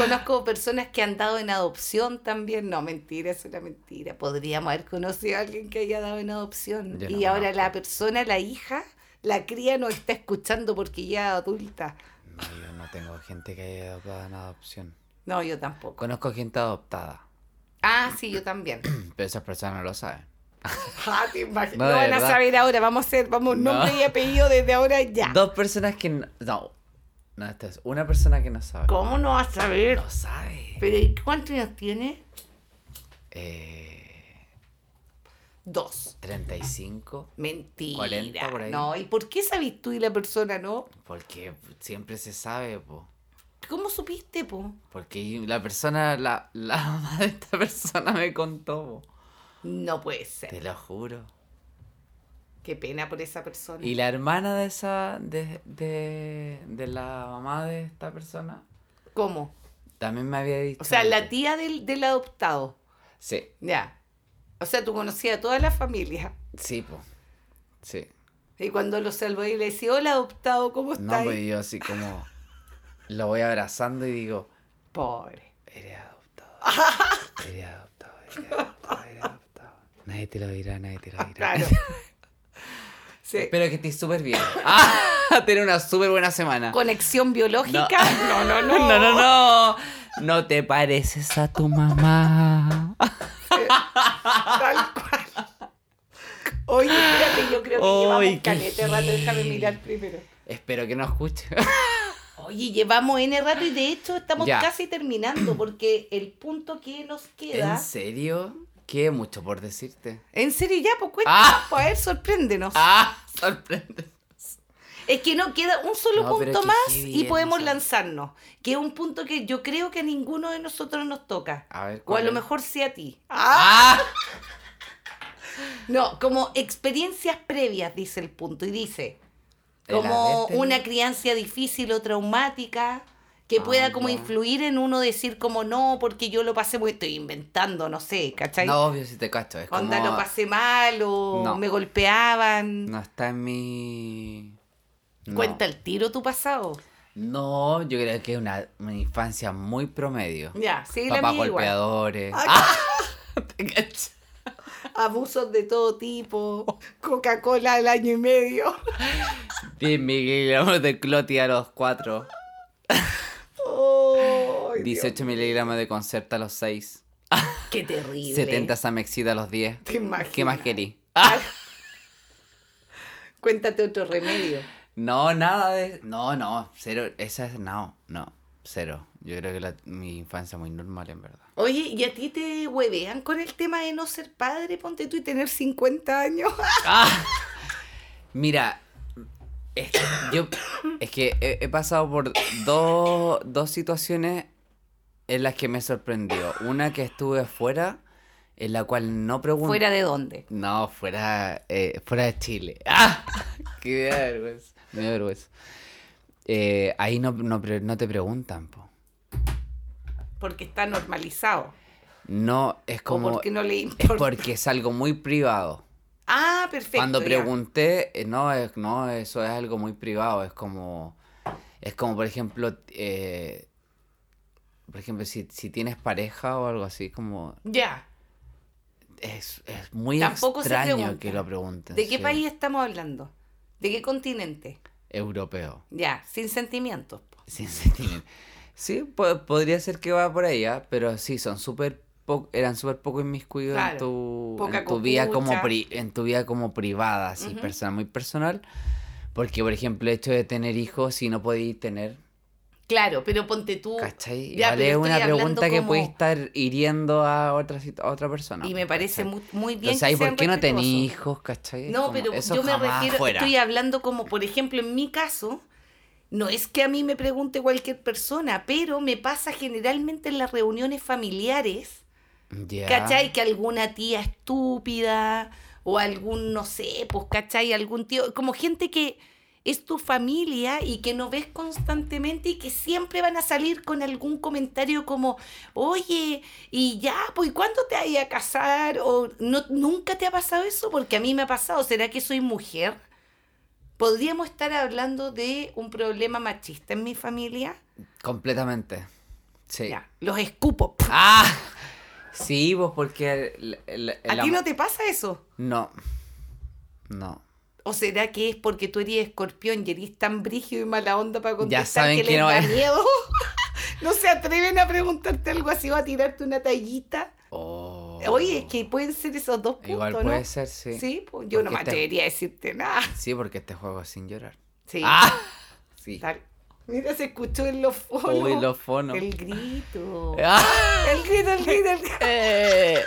Conozco personas que han dado en adopción también. No, mentira, es una mentira. Podríamos haber conocido a alguien que haya dado en adopción.
Yo no
y ahora
conozco.
la persona, la hija, la cría no está escuchando porque ya es adulta.
No, yo no tengo gente que haya adoptado en adopción.
No, yo tampoco.
Conozco gente adoptada,
Ah, sí, yo también.
pero esas personas no lo saben.
Ah, te imaginas.
No,
Lo
de
van a
verdad.
saber ahora. Vamos a hacer, vamos,
No.
nombre y apellido desde ahora ya.
Dos personas que no. No, no, esto es una persona que no sabe.
¿Cómo no vas a saber?
No sabe.
Pero ¿y cuántos años tiene?
Eh,
Dos.
35.
Mentira.
40 por ahí.
No, ¿y por qué sabes tú y la persona no?
Porque siempre se sabe, po.
¿Cómo supiste, po?
Porque la persona, la, la mamá de esta persona me contó, po.
No puede ser.
Te lo juro.
Qué pena por esa persona.
Y la hermana de esa, de, de, de la mamá de esta persona,
¿Cómo?
también me había dicho.
O sea, la
algo.
tía del, del adoptado.
Sí,
Ya. O sea, tú conocías a toda la familia.
sí, po. Sí.
Y cuando lo salvó y le decía, hola adoptado, ¿cómo estás?
No, pues yo así como lo voy abrazando y digo,
Pobre.
eres adoptado. Eres adoptado, eres adoptado, eres adoptado. Nadie te lo dirá, nadie te lo dirá.
Claro. Sí.
Espero que estés súper bien. ¡Ah! Tener una súper buena semana.
conexión biológica. No, no, no.
No, no, no. No te pareces a tu mamá.
Tal cual. Oye, espérate, yo creo que
Oy,
llevamos
qué
caleta de rato. Déjame
heavy.
mirar primero.
Espero que no escuche.
Oye, llevamos N rato y de hecho estamos
Ya.
casi terminando porque el punto que nos queda.
¿En serio? ¿Qué mucho por decirte?
¿En serio ya? Pues cuéntanos,
Ah.
pues, a ver, sorpréndenos.
¡Ah! Sorprende.
Es que no queda un solo
No, pero
punto
qué
más
heavy
y
es
podemos
eso.
lanzarnos. Que es un punto que yo creo que a ninguno de nosotros nos toca.
A ver,
o a
¿cuál
lo
es?
mejor sí a ti.
¡Ah!
No, como experiencias previas, dice el punto, y dice,
El
como
haber tenido-
una crianza difícil o traumática,
Ah,
que pueda como influir en uno decir como no, porque yo lo pasé muy, estoy inventando, no sé, ¿cachai?
No, obvio, si te cacho. Es
Onda,
como...
lo pasé mal o
No.
me golpeaban.
No está en mi... no.
Cuenta el tiro tu pasado.
No, yo creo que es una, una infancia muy promedio.
Ya, sí, la
Papás
mía igual.
golpeadores. ¡Ah! Te cacho.
Abusos de todo tipo. Coca-Cola al año y medio.
Bien, miligramos de cloti a los 4.
Ay,
18 miligramos de concerta a los 6.
Qué terrible.
70 samexida a los 10.
¿Te imaginas?
¿Qué más querí? Ah,
Cuéntate otro remedio.
No, nada de... No, no, cero. Esa es... No, no, cero. Yo creo que la- mi infancia muy normal, en verdad.
Oye, ¿y a ti te huevean con el tema de no ser padre? Ponte tú y tener 50 años.
Ah. Mira, es que, yo, es que he, he pasado por dos, dos situaciones en las que me sorprendió. Una que estuve fuera, en la cual no pregunté.
¿Fuera de dónde?
No, fuera, eh, fuera de Chile. ¡Ah! ¡Qué vergüenza! Me da vergüenza. Eh, ahí no, no, pre- no te preguntan, po.
Porque está normalizado.
No, es
O
como.
porque no le
Es
importa.
porque es algo muy privado.
Ah, perfecto.
Cuando
ya.
pregunté, eh, no, es, no, eso es algo muy privado, es como, es como por ejemplo, eh, por ejemplo, si, si tienes pareja o algo así, como,
Ya.
es, es muy
Tampoco se
extraño
pregunta.
que lo pregunten.
¿De qué
sí.
país estamos hablando? ¿De qué continente?
Europeo,
Ya, sin sentimientos. po.
sin sentimiento. Sí, po- podría ser que va por allá, pero sí, son súper, po- eran súper poco inmiscuidos
Claro,
en tu,
poca
en tu vida como
copucha.
pri- en tu vida como privada, así, personal, muy personal. Porque, por ejemplo, el hecho de tener hijos, si no podéis tener,
Claro, pero ponte tú.
¿Cachai?
Uh, Ya,
Igual es
pero estoy
una
hablando
pregunta que
como-
puede estar hiriendo a otra, sit- a otra persona.
Y me parece muy, muy bien.
Entonces ahí,
que
¿por
sean
qué no tenés
respetuosos.
hijos, cachai?
No,
Como,
pero
eso
yo me
jamás
refiero,
fuera.
estoy hablando como, por ejemplo, en mi caso, no es que a mí me pregunte cualquier persona, pero me pasa generalmente en las reuniones familiares,
Ya.
¿cachai? Que alguna tía estúpida o algún, no sé, pues, ¿cachai? Algún tío, como gente que es tu familia y que no ves constantemente y que siempre van a salir con algún comentario como, oye, y ya, pues, ¿cuándo te vas a casar? O no, nunca te ha pasado eso, porque a mí me ha pasado, ¿será que soy mujer? Podríamos estar hablando de un problema machista en mi familia.
Completamente. Sí.
Ya, los escupo.
¡Ah! Sí, vos, porque... el- el- el
¿A ti
am-
no te pasa eso?
No. No.
¿O será que es porque tú eres escorpión y eres tan brígido y mala onda para contestar
saben
que,
que
les
no
da
es.
miedo? no se atreven a preguntarte algo así o a tirarte una tallita.
Oh.
Oye, es que pueden ser esos dos puntos,
Igual
¿no?
puede ser, sí.
Sí, pues yo no me
Porque este te-
atrevería a decirte nada.
Sí, porque este juego es sin llorar.
Sí.
¡Ah! Sí.
tal. Mira, se escuchó en los fonos.
Uy, los fonos.
El grito.
¡Ah!
El grito, el grito, el grito.
Eh.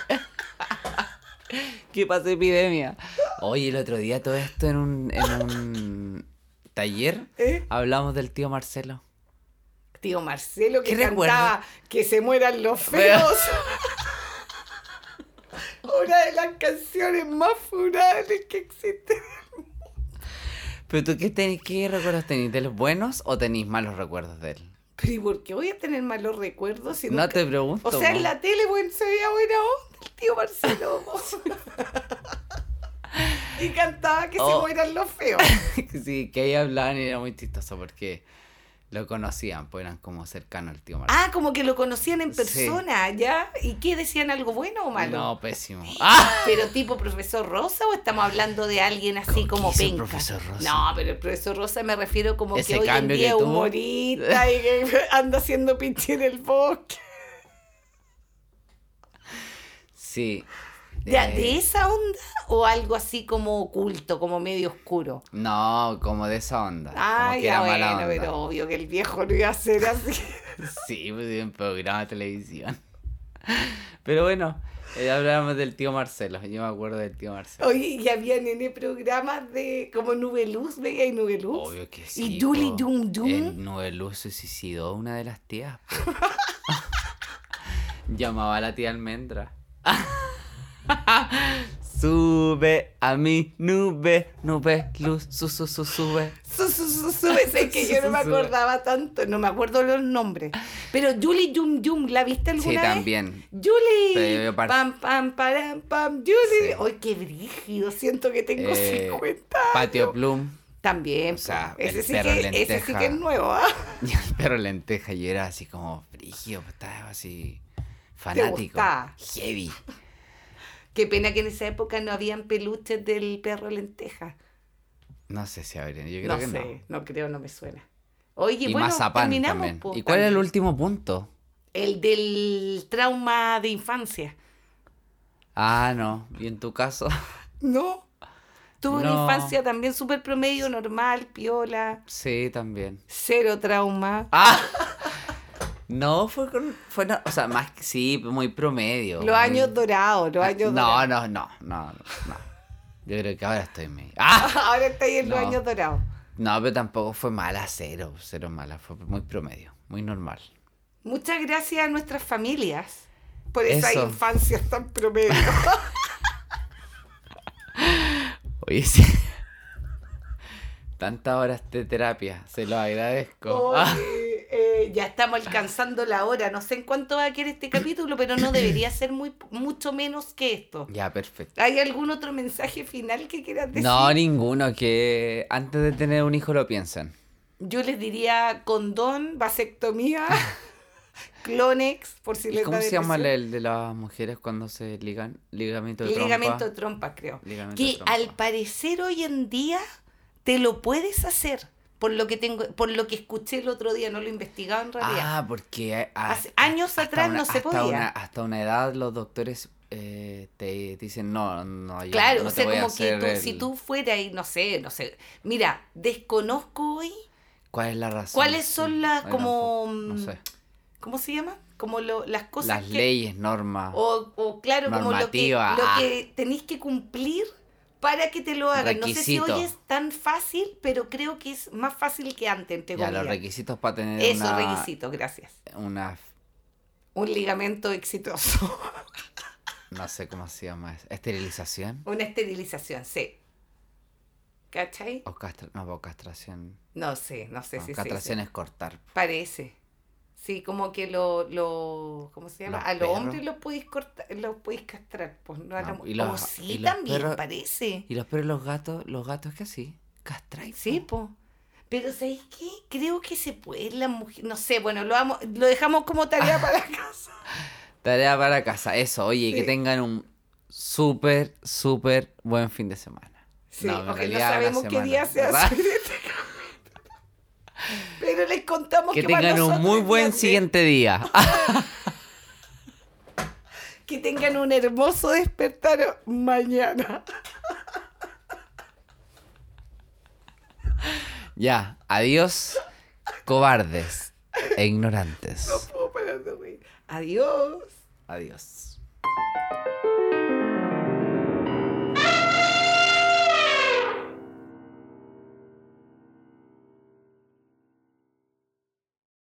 ¿Qué pasa epidemia? Oye, el otro día todo esto en un, en un taller
¿Eh?
hablamos del tío Marcelo.
Tío Marcelo que
¿Qué
cantaba que se mueran los
Vea.
feos. Una de las canciones más furables que existen.
Pero tú qué tenés, qué recuerdos tenés, de los buenos o tenés malos recuerdos de él?
Pero ¿y por qué voy a tener malos recuerdos? Si
No
nunca-
te pregunto.
O sea, en
mo.
la tele bueno, se veía buena onda el tío Marcelo. mo. y cantaba que se
Oh.
mueran los feos.
sí, que ahí hablaban y era muy chistoso porque lo conocían, pues eran como cercanos al tío Marcelo.
Ah, como que lo conocían en
Sí.
persona, ¿ya? ¿Y qué decían algo bueno o malo?
No, pésimo. ¡Ah!
¿Pero tipo profesor Rosa o estamos hablando de alguien así
¿Cómo
como
que hizo el
penca?
profesor Rosa?
No, pero el profesor Rosa me refiero como
Ese
que hoy en
cambio que
día es
tuvo.
humorista y que anda haciendo pinche en el bosque.
Sí.
Ya,
Eh,
¿De esa onda o algo así como oculto, como medio oscuro?
No, como de esa onda. como
Ah,
que
ya
era mala
bueno,
onda.
pero obvio que el viejo no iba a ser así.
Sí, pues de un programa de televisión. Pero bueno, eh, hablábamos del tío Marcelo. Yo me acuerdo del tío Marcelo.
Oye, y habían en programas de como Nube Luz, veía y Nube Luz.
Obvio que sí.
Y Duli
po.
Dum Dum.
En Novelú se suicidó una de las tías. po. Llamaba a la tía Almendra. Su sube a mi nube, nube, luz, su, su, su, sube.
Su, su, su, sube, sé que yo no me
Sube.
acordaba tanto, no me acuerdo los nombres. Pero Julie Yum Yum, ¿la viste alguna
Sí,
vez?
también. Pero
Julie.
yo par-
Pam, pam, param, pam, Julie. ¡Ay, qué brígido! Siento que tengo
Eh,
50
Patio
años.
Plum.
También.
O sea,
pues, ese,
el
sí
perro
que, ese sí que
lenteja.
es nuevo, ¿ah?
Y el perro lenteja y era así como frígido, pues, estaba así fanático.
gustaba.
Heavy.
Qué pena que en esa época no habían peluches del perro lenteja.
No sé si habría, yo creo
No
que
sé, no. creo, no me suena. Oye,
no. Y
bueno,
Mazapán
terminamos.
también.
po,
¿Y cuál era el
también.
último punto?
El del trauma de infancia.
Ah, no. ¿Y en tu caso?
No. Tuve una
No.
infancia también súper promedio, normal, piola,
Sí, también.
cero trauma.
¡Ah! No, fue con. Fue no- o sea, más que- sí, muy promedio.
los años dorados, los años
Ah, No,
dorados.
no, no, no, no. Yo creo que ahora estoy en mi. ¡Ah!
Ahora está ahí en los
No.
años dorados.
No, pero tampoco fue mala, cero, cero mala. Fue muy promedio, muy normal.
Muchas gracias a nuestras familias por esa
Eso.
infancia tan promedio.
Oye, sí. Tantas horas de terapia, se lo agradezco. Ah,
Oye, eh, ya estamos alcanzando la hora. No sé en cuánto va a quedar este capítulo, pero no debería ser muy mucho menos que esto.
ya, perfecto.
¿Hay algún otro mensaje final que quieras decir?
No, ninguno, que antes de tener un hijo lo piensen.
Yo les diría condón, vasectomía, clonex, por si
¿Y
les
cómo
da
se llama
depresión.
el de las mujeres cuando se ligan? Ligamento de trompa.
Ligamento de trompa, creo.
Ligamento de
que
trompa.
al parecer hoy en día te lo puedes hacer. Por lo que tengo, por lo que escuché el otro día, no lo he investigado en realidad.
Ah, porque a- a-
Hace años
hasta
atrás
una-
no se
hasta
podía.
una- hasta una edad los doctores eh, te dicen, no, no, yo
Claro,
no
o
te
sea,
voy a
como que
hacer
tú-
el-
si tú fueras y no sé, no sé. Mira, desconozco hoy,
¿Cuál es la razón?
¿Cuáles son
Sí,
las
no,
como,
No sé.
¿cómo se llama? Como lo- las cosas
Las
que. Oh,
leyes, normas.
O, o claro, como lo que,
Normativa.
lo que tenéis que cumplir para que te lo hagan. No sé si
Requisito.
hoy es tan fácil, pero creo que es más fácil que antes, entre
Ya, los
comillas.
requisitos para tener
Esos
una,
requisitos, gracias.
una-
Un ligamento exitoso.
no sé cómo se llama, eso, esterilización
Una esterilización, sí. ¿Cachai?
o castra- no, o castración.
No sé, no sé
No,
si se
castración
dice.
es cortar.
Parece. Sí, como que lo, lo ¿cómo se llama?
Los
a los
perros.
hombres los podéis cortar, los podéis castrar, pues no a
No,
la mu-
y los-
oh, sí,
y los
también
perros-
parece.
Y los perros, los gatos, los gatos que así, castráis.
Sí, pues. Pero ¿sabéis qué? Creo que se puede la mujer, no sé, bueno, lo vamos, lo dejamos como tarea para la casa.
Tarea para casa, eso. Oye, que tengan un súper, súper buen fin de semana.
Sí,
en
porque no
realidad una
sabemos qué
semana,
día se
¿verdad?
hace este capítulo. Pero les contamos
Que
que, para
tengan un
nosotros
muy
es
buen
viernes.
siguiente día. Ah,
Que tengan un hermoso despertar mañana.
ya, adiós, cobardes e ignorantes.
No puedo parar de reír. Adiós.
Adiós.